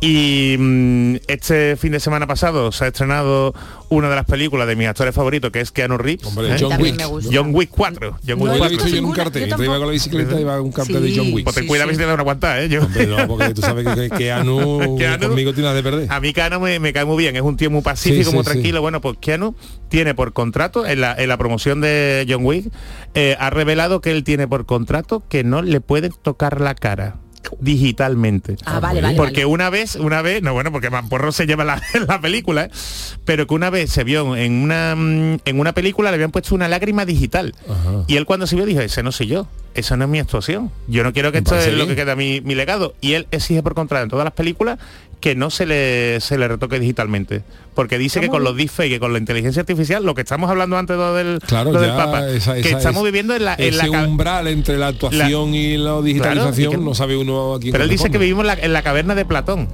S12: y mm, este fin de semana pasado se ha estrenado una de las películas de mis actores favoritos que es Keanu Reeves, ¿eh?
S8: Hombre, John También Wick. me gusta.
S12: John Wick 4, John
S8: No
S12: Wick
S8: la he
S12: 4.
S8: visto yo en un cartel. Yo Te iba con la bicicleta y va un cartel de John Wick.
S12: Pues te cuida si te da una aguantada, ¿eh? Yo.
S8: Hombre, no, porque tú sabes que- que Keanu conmigo
S12: tiene de perder. A mí Keanu me, me cae muy bien, es un tío muy pacífico,
S8: Sí, sí,
S12: muy
S8: sí.
S12: tranquilo. Bueno, pues Keanu tiene por contrato, en la, en la promoción de John Wick, eh, ha revelado que él tiene por contrato que no le pueden tocar la cara digitalmente.
S11: Ah, vale, vale,
S12: Porque una vez, una vez, no bueno, porque Mamporro se lleva la, la película, ¿eh? pero que una vez se vio en una mm, en una película le habían puesto una lágrima digital. Y él cuando se vio dijo, ese no soy yo, esa no es mi actuación. Yo no quiero que esto
S8: parece
S12: es lo que
S8: bien.
S12: queda mi, mi legado. Y él exige por contrato en todas las películas que no se le, se le retoque digitalmente. Porque dice que con los deepfakes, que con la inteligencia artificial, lo que estamos hablando antes lo del,
S8: Claro,
S12: lo del
S8: ya
S12: Papa,
S8: esa-
S12: que
S8: esa-
S12: estamos
S8: es-
S12: viviendo en la, en la
S8: ese
S12: ca-
S8: umbral entre la actuación y la digitalización
S12: Claro, y que-
S8: no sabe uno aquí.
S12: Pero él dice que vivimos en la- en la caverna de Platón.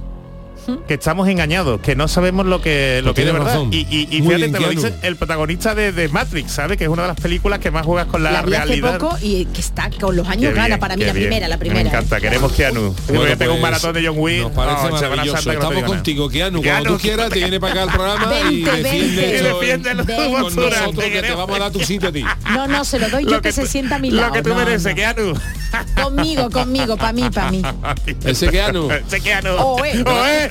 S12: Que estamos engañados, que no sabemos lo que, lo
S8: Pues
S12: que es
S8: tiene
S12: de verdad.
S8: razón.
S12: Y, y- y
S8: Muy
S12: fíjate,
S8: bien,
S12: te lo
S8: Keanu.
S12: dice el protagonista de, de Matrix, ¿sabes? Que es una de las películas que más juegas con la,
S11: la vi hace
S12: realidad.
S11: poco y que está con los
S12: Qué
S11: años gana
S12: bien,
S11: para mí
S12: qué
S11: la
S12: bien.
S11: primera, la primera.
S12: Me encanta, queremos Keanu. Yo me voy a pegar un maratón de John
S8: pues,
S12: Wick.
S8: Nos parece
S12: Oh, Semana
S8: maravilloso.
S12: Santa que no te
S8: Estamos
S12: digo nada.
S8: contigo, Keanu.
S12: Keanu.
S8: Cuando tú quieras, te viene para
S11: Ah,
S8: acá al programa y
S11: Vente, vente.
S8: defiende
S11: Y
S8: eso
S11: defiende
S8: en-
S11: los
S8: con
S11: basura,
S8: nosotros
S11: te
S8: que te
S11: queremos.
S8: vamos a dar tu sitio a ti.
S11: No, no, se lo doy yo que, se sienta a mi lado. no, no.
S12: Keanu.
S11: Conmigo, conmigo, para mí, para mí. Oh, eh.
S8: Ese Keanu.
S12: Ese Oh, Keanu.
S11: Oe.
S12: Oe.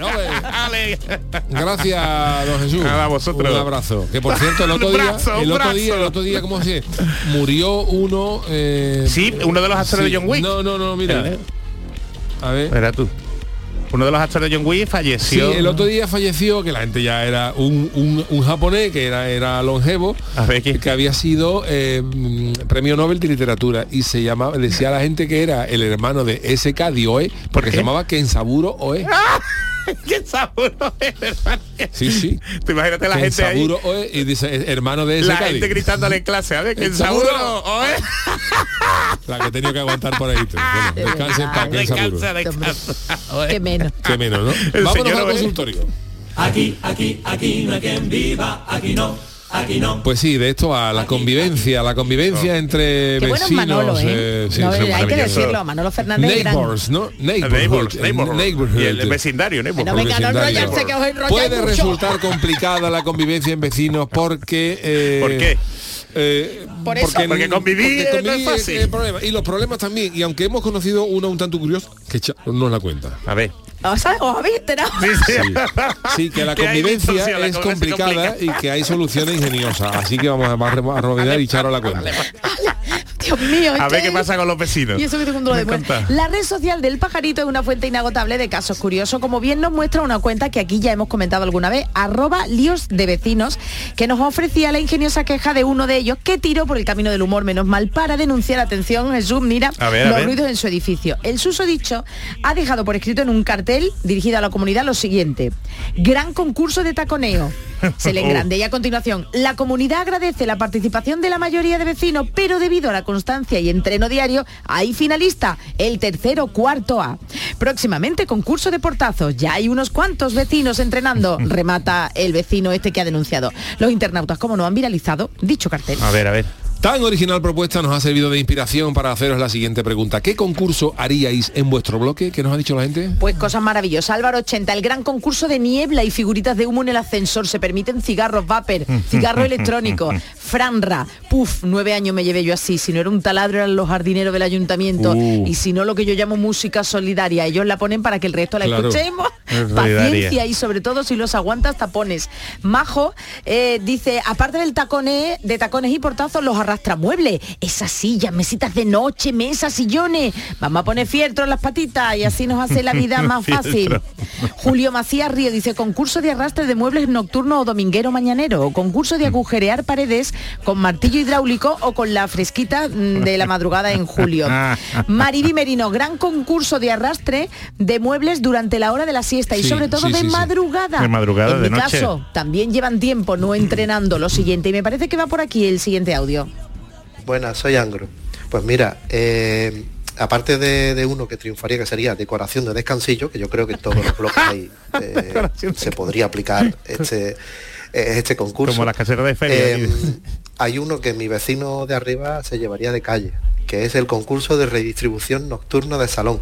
S8: Gracias, don Jesús.
S12: Nada, a vosotros.
S8: Un abrazo. Que por cierto, el otro
S12: Un
S8: día,
S12: brazo,
S8: el
S12: un
S8: otro día,
S12: brazo.
S8: el otro día, ¿cómo se dice? Murió uno. eh,
S12: Sí, uno de los actores
S8: sí.
S12: de John Wick.
S8: No, no, no, mira.
S12: Eh,
S8: A ver.
S12: Era tú. Uno de los actores de John Wick
S8: Sí,
S12: falleció.
S8: el otro día falleció, que la gente ya era un, un- un japonés, que era, era longevo, que había sido eh, mm, premio Nobel de Literatura y se llamaba, decía a la gente que era el hermano de SK Dioe, porque se llamaba Kensaburo E. Oe.
S12: Ah, ¡Qué saburo es, hermano!
S8: Sí, sí.
S12: Tú imagínate la gente ahí.
S8: Kensaburo Oe y dice "Eh, hermano de SK
S12: La gente gritándole en clase, a ver, que el saburo.
S8: Saburo.
S12: Oe.
S8: La que he tenido que aguantar por ahí. tú. Bueno, descanse en paz, Kensaburo.
S12: Descansa, descansa.
S11: Qué menos.
S8: Qué menos, ¿no?
S12: El
S8: Vámonos
S12: señor
S8: al
S12: Oe.
S8: consultorio.
S10: Aquí, aquí, aquí no hay quien viva, aquí no, aquí no.
S8: Pues sí, de esto a la convivencia, la convivencia entre
S11: Qué bueno
S8: vecinos.
S11: es Manolo, ¿eh?
S8: eh, sí,
S11: No,
S8: sí,
S11: hay que
S8: maravilloso.
S11: decirlo, Manolo Fernández es gran.
S8: Neighbors, ¿no?
S12: Neighbors,
S8: Neighborhood.
S12: neighborhood.
S8: neighborhood.
S12: Y el vecindario, neighborhood.
S11: No venga, no
S8: vecindario.
S11: enrollarse, que os enrolláis
S8: Puede
S11: mucho.
S8: resultar complicada la convivencia en vecinos porque... eh,
S12: ¿Por qué?
S8: eh,
S11: Por eso. Porque
S12: convivir no es fácil.
S8: el problema. Y los problemas también. Y aunque hemos conocido uno un tanto curioso, que cha- nos la cuenta.
S12: A ver.
S11: O sea, ¿Os habéis enterado?
S8: Sí, que la
S12: Que hay
S8: convivencia
S12: disocia, la
S8: es
S12: convivencia
S11: pues.
S8: complicada y que hay soluciones ingeniosas. Así que vamos a, vamos a rodear y Charo la cuenta.
S11: Dios mío.
S12: A
S11: es
S12: ver
S11: que-
S12: qué pasa con los vecinos.
S11: Y eso que tengo un dolor de
S12: Me
S11: muela.
S12: encanta.
S11: La red social del pajarito es una fuente inagotable de casos curiosos, como bien nos muestra una cuenta que aquí ya hemos comentado alguna vez, arroba líos de vecinos, que nos ofrecía la ingeniosa queja de uno de ellos que tiró por el camino del humor, menos mal, para denunciar, atención, Jesús, mira,
S15: A ver, a
S11: los
S15: ver.
S11: ruidos en su edificio. El susodicho ha dejado por escrito en un cartel dirigido a la comunidad lo siguiente, gran concurso de taconeo. Se le
S15: Oh.
S11: engrandece. Y a continuación, la comunidad agradece la participación de la mayoría de vecinos, pero debido a la constancia y entreno diario, hay finalista, el tercero cuarto A. Próximamente concurso de portazos, ya hay unos cuantos vecinos entrenando, remata el vecino este que ha denunciado. Los internautas, como no, han viralizado dicho cartel.
S12: A ver, a ver.
S8: Tan original propuesta nos ha servido de inspiración para haceros la siguiente pregunta. ¿Qué concurso haríais en vuestro bloque? ¿Qué nos ha dicho la gente?
S11: Pues cosas maravillosas. Álvaro 80, el gran concurso de niebla y figuritas de humo en el ascensor. Se permiten cigarros vapor, cigarro electrónico, franra. Puf, nueve años me llevé yo así. Si no era un taladro, eran los jardineros del ayuntamiento.
S15: Uh.
S11: Y si no, lo que yo llamo música solidaria. Ellos la ponen para que el resto la
S15: Claro.
S11: escuchemos.
S15: Es
S11: Paciencia
S15: solidaria.
S11: y sobre todo, si los aguantas, tapones. Majo eh, dice, aparte del tacone, de tacones y portazos, los arrastramuebles. Esas sillas, mesitas de noche, mesas, sillones. Vamos a poner fieltro en las patitas y así nos hace la vida más fácil.
S15: Fieltro.
S11: Julio Macías Río dice, concurso de arrastre de muebles nocturno o dominguero mañanero, o concurso de agujerear paredes con martillo hidráulico o con la fresquita mm, de la madrugada en julio. Mariby Merino, gran concurso de arrastre de muebles durante la hora de la siesta y
S12: Sí,
S11: sobre todo
S12: sí,
S11: de
S12: sí, sí.
S11: madrugada.
S12: De madrugada,
S11: en
S12: de
S11: mi
S12: noche.
S11: caso, también llevan tiempo no entrenando lo siguiente y me parece que va por aquí el siguiente audio.
S16: Buenas, soy Angro. Pues mira, eh, aparte de, de uno que triunfaría, que sería decoración de descansillo, que yo creo que en todos los bloques ahí eh, se podría aplicar este, eh, este concurso.
S12: Como las caseras de feria,
S16: Eh, hay uno que mi vecino de arriba se llevaría de calle, que es el concurso de redistribución nocturna de salón.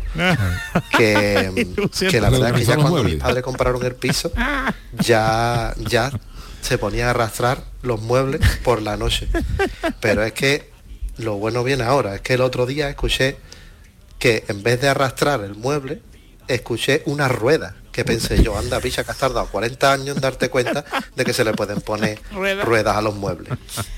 S16: que, mm, que la verdad es que ya cuando mis padres compraron el piso, ya, ya se ponía a arrastrar los muebles por la noche. Pero es que lo bueno viene ahora, es que el otro día escuché que en vez de arrastrar el mueble, escuché una rueda, que pensé yo, anda, picha, que has tardado 40 años en darte cuenta de que se le pueden poner
S11: Rueda.
S16: ruedas a los muebles.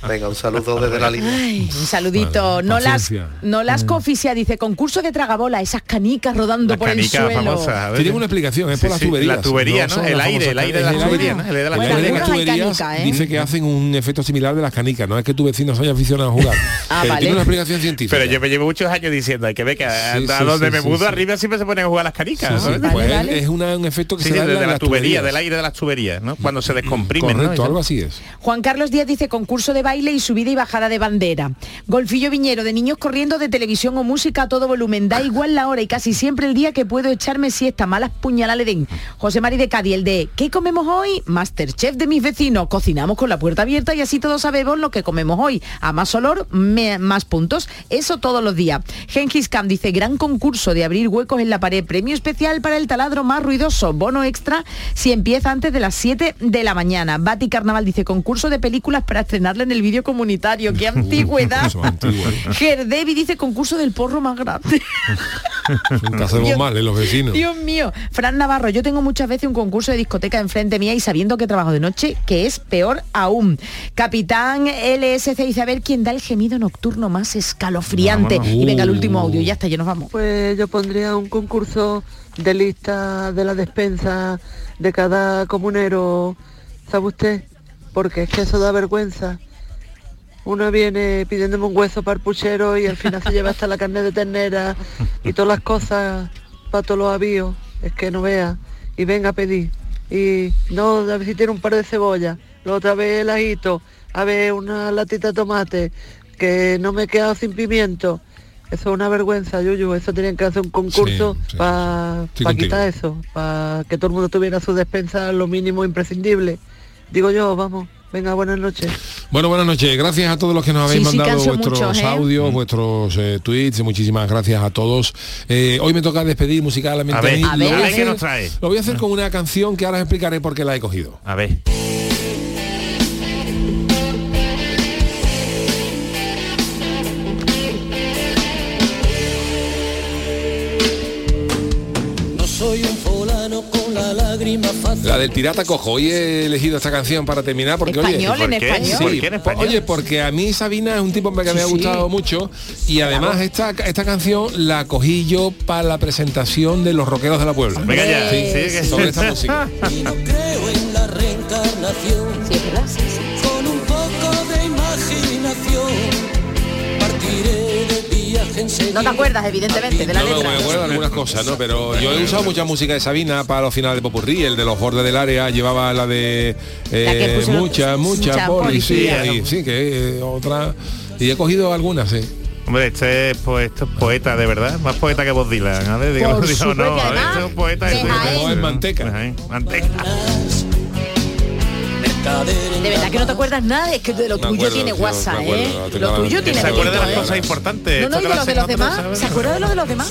S16: Venga, un saludo desde la línea.
S11: Ay, un saludito.
S16: Vale,
S11: no las
S16: paciencia.
S11: no
S12: Mm.
S11: las coficia dice concurso de tragabola, esas canicas rodando por el suelo.
S8: Tiene una explicación, es
S12: Sí,
S8: por las
S12: sí,
S8: tuberías.
S12: la tubería, ¿no?
S8: son
S12: El
S8: las
S12: aire,
S8: famosas
S12: el aire de
S8: canicas.
S12: las
S8: Es el
S12: tuberías,
S8: aire.
S12: ¿no? El aire de las
S8: El aire de las
S12: tuberías.
S8: tuberías
S11: Canica, ¿eh?
S8: dice que hacen un efecto similar de las canicas, no es que tu vecino se haya aficionado a jugar.
S12: Ah,
S8: Pero
S12: vale.
S8: tiene una explicación científica.
S12: Pero yo me llevo muchos años diciendo, hay que ver que a,
S8: Sí,
S12: a
S8: sí,
S12: donde
S8: sí,
S12: me
S8: sí,
S12: mudo
S8: sí.
S12: arriba siempre se ponen a jugar las canicas.
S8: Sí, sí,
S12: ¿sabes?
S8: pues es- es una- un efecto que
S12: Sí,
S8: se
S12: sí,
S8: da
S12: de,
S8: en
S12: de
S8: las
S12: la tubería,
S8: tuberías.
S12: del aire de las tuberías, ¿no? Cuando se descomprimen,
S8: Correcto,
S12: ¿no?
S8: algo así es.
S11: Juan Carlos Díaz dice concurso de baile y subida y bajada de bandera. Golfillo Viñero, de niños corriendo de televisión o música a todo volumen. Da igual la hora y casi siempre el día que puedo echarme siesta. Malas puñaladas le den. José Mari de Cádiz, el de ¿qué comemos hoy? Masterchef de mis vecinos. Cocinamos con la puerta abierta y así todos sabemos lo que comemos hoy. A más olor, me- más puntos. Eso todos los días. Gengis Khan dice gran concurso de abrir huecos en la pared. Premio especial para el taladro más ruidoso. Bono extra si empieza antes de las 7 de la mañana. Bati Carnaval dice concurso de películas para estrenarle en el vídeo comunitario. ¡Qué antigüedad!
S8: Eso es antiguo, ¿eh?
S11: Gerdevi dice concurso del porro más grande.
S8: Son caceros
S11: Dios-
S8: males ¿eh? los vecinos.
S11: Dios mío. Fran Navarro, yo tengo muchas veces un concurso de discoteca enfrente mía y sabiendo que trabajo de noche, que es peor aún. Capitán LSC dice a ver quién da el gemido nocturno más escalofriante.
S17: Vámonos.
S11: Y venga el
S17: Uh.
S11: último audio, ya está, ya nos vamos.
S17: Pues yo pondría un concurso de lista de la despensa de cada comunero, ¿sabe usted? Porque es que eso da vergüenza. Uno viene pidiéndome un hueso para el puchero y al final se lleva hasta la carne de ternera y todas las cosas para todos los avíos. Es que no vea. Y venga a pedir. Y no, a ver si tiene un par de cebollas. La otra vez el ajito. A ver, una latita de tomate. Que no me he quedado sin pimiento. Eso es una vergüenza, Yuyu. Eso tenían que hacer un concurso para
S15: Estoy contigo.
S17: quitar eso, para que todo el mundo tuviera su despensa lo mínimo imprescindible. Digo yo, vamos, venga, buenas noches.
S8: Bueno, buenas noches. Gracias a todos los que nos habéis
S17: Sí, sí,
S8: mandado
S17: canso
S8: vuestros
S17: muchos, ¿eh?
S8: audios,
S12: Mm.
S8: vuestros eh, tweets. Muchísimas gracias a todos. Eh, hoy me toca despedir musicalmente.
S12: A ver,
S8: mí.
S12: a
S8: Lo
S12: ver,
S8: voy
S12: a ver qué
S8: hacer-
S12: nos trae.
S8: Lo voy a hacer con una canción que ahora os explicaré por qué la he cogido.
S12: A ver.
S15: No soy un fulano.
S10: mano con la lágrima fácil.
S8: La del pirata cojo. Hoy he elegido esta canción para terminar porque
S11: Español,
S8: oye,
S11: en ¿Por qué? español.
S8: Sí,
S11: ¿Por qué en español?
S8: Oye, porque a mí Sabina es un tipo que me ha
S11: Sí, sí.
S8: gustado mucho y además esta, esta canción la cogí yo para la presentación de los rockeros de la Puebla.
S12: Venga ya.
S8: Sí, sobre esta música.
S10: Y no creo en la reencarnación. Con un poco de imaginación partiré de viaje enseguida.
S11: No te acuerdas, evidentemente, de la
S8: No, no,
S11: letra.
S8: me acuerdo de algunas cosas, ¿no? Pero yo he usado mucha música de Sabina para los finales de Popurrí, el de los bordes del área, llevaba la de
S11: que
S8: eh,
S11: pusieron-
S8: mucha, mucha,
S11: mucha
S8: policía,
S12: policía.
S8: y sí, que eh, otra. Y he cogido algunas, sí.
S12: Hombre, este es, pues, esto es poeta, de verdad. Más poeta que Bob Dylan. ¿vale? Digamos,
S8: Por supuesto,
S12: digamos, no,
S8: y
S12: a ver,
S8: además,
S12: este es un poeta.
S8: de
S12: este es un-
S8: Jaén. No, es manteca.
S12: Jaén, Manteca.
S11: De verdad que no te acuerdas nada, es que de lo
S12: Me
S11: tuyo
S12: acuerdo,
S11: tiene
S12: sí,
S11: WhatsApp,
S12: me acuerdo,
S11: ¿eh?
S12: lo tengo
S11: Lo
S12: ahora
S11: tuyo
S12: mismo.
S11: tiene
S12: Se acuerda de las
S11: tiempo, ¿eh?
S12: cosas importantes,
S11: No,
S12: esto
S11: no, y
S12: que
S11: de
S12: lo
S11: lo de
S12: hacen
S11: los
S12: otros,
S11: demás.
S12: ¿sabes?
S11: ¿Se acuerda de lo de los demás?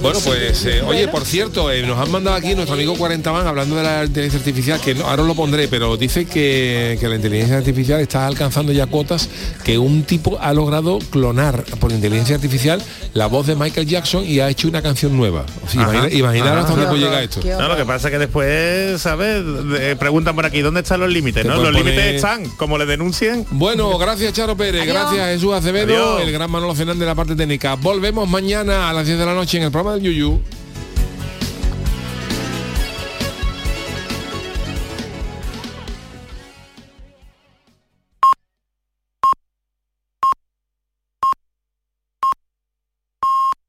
S8: Bueno, pues, eh, oye, por cierto, eh, nos han mandado aquí nuestro amigo 40 van hablando de la inteligencia artificial, que no- ahora lo pondré, pero dice que, que la inteligencia artificial está alcanzando ya cuotas que un tipo ha logrado clonar por inteligencia artificial la voz de Michael Jackson y ha hecho una canción nueva. O sea,
S12: Ajá.
S8: imagina- imaginaros hasta
S12: Ajá.
S8: dónde puede llegar esto.
S12: No, lo que pasa es que después, ¿sabes? De- preguntan por aquí, ¿dónde están los límites?
S8: Te
S12: ¿no? Los
S8: pueden poner-
S12: límites están, como le denuncien.
S8: Bueno, gracias Charo Pérez,
S12: Adiós.
S8: gracias Jesús Acevedo,
S12: Adiós.
S8: el gran Manolo Fernández de la parte técnica. Volvemos mañana a las 10 de la noche en el programa del Yuyu.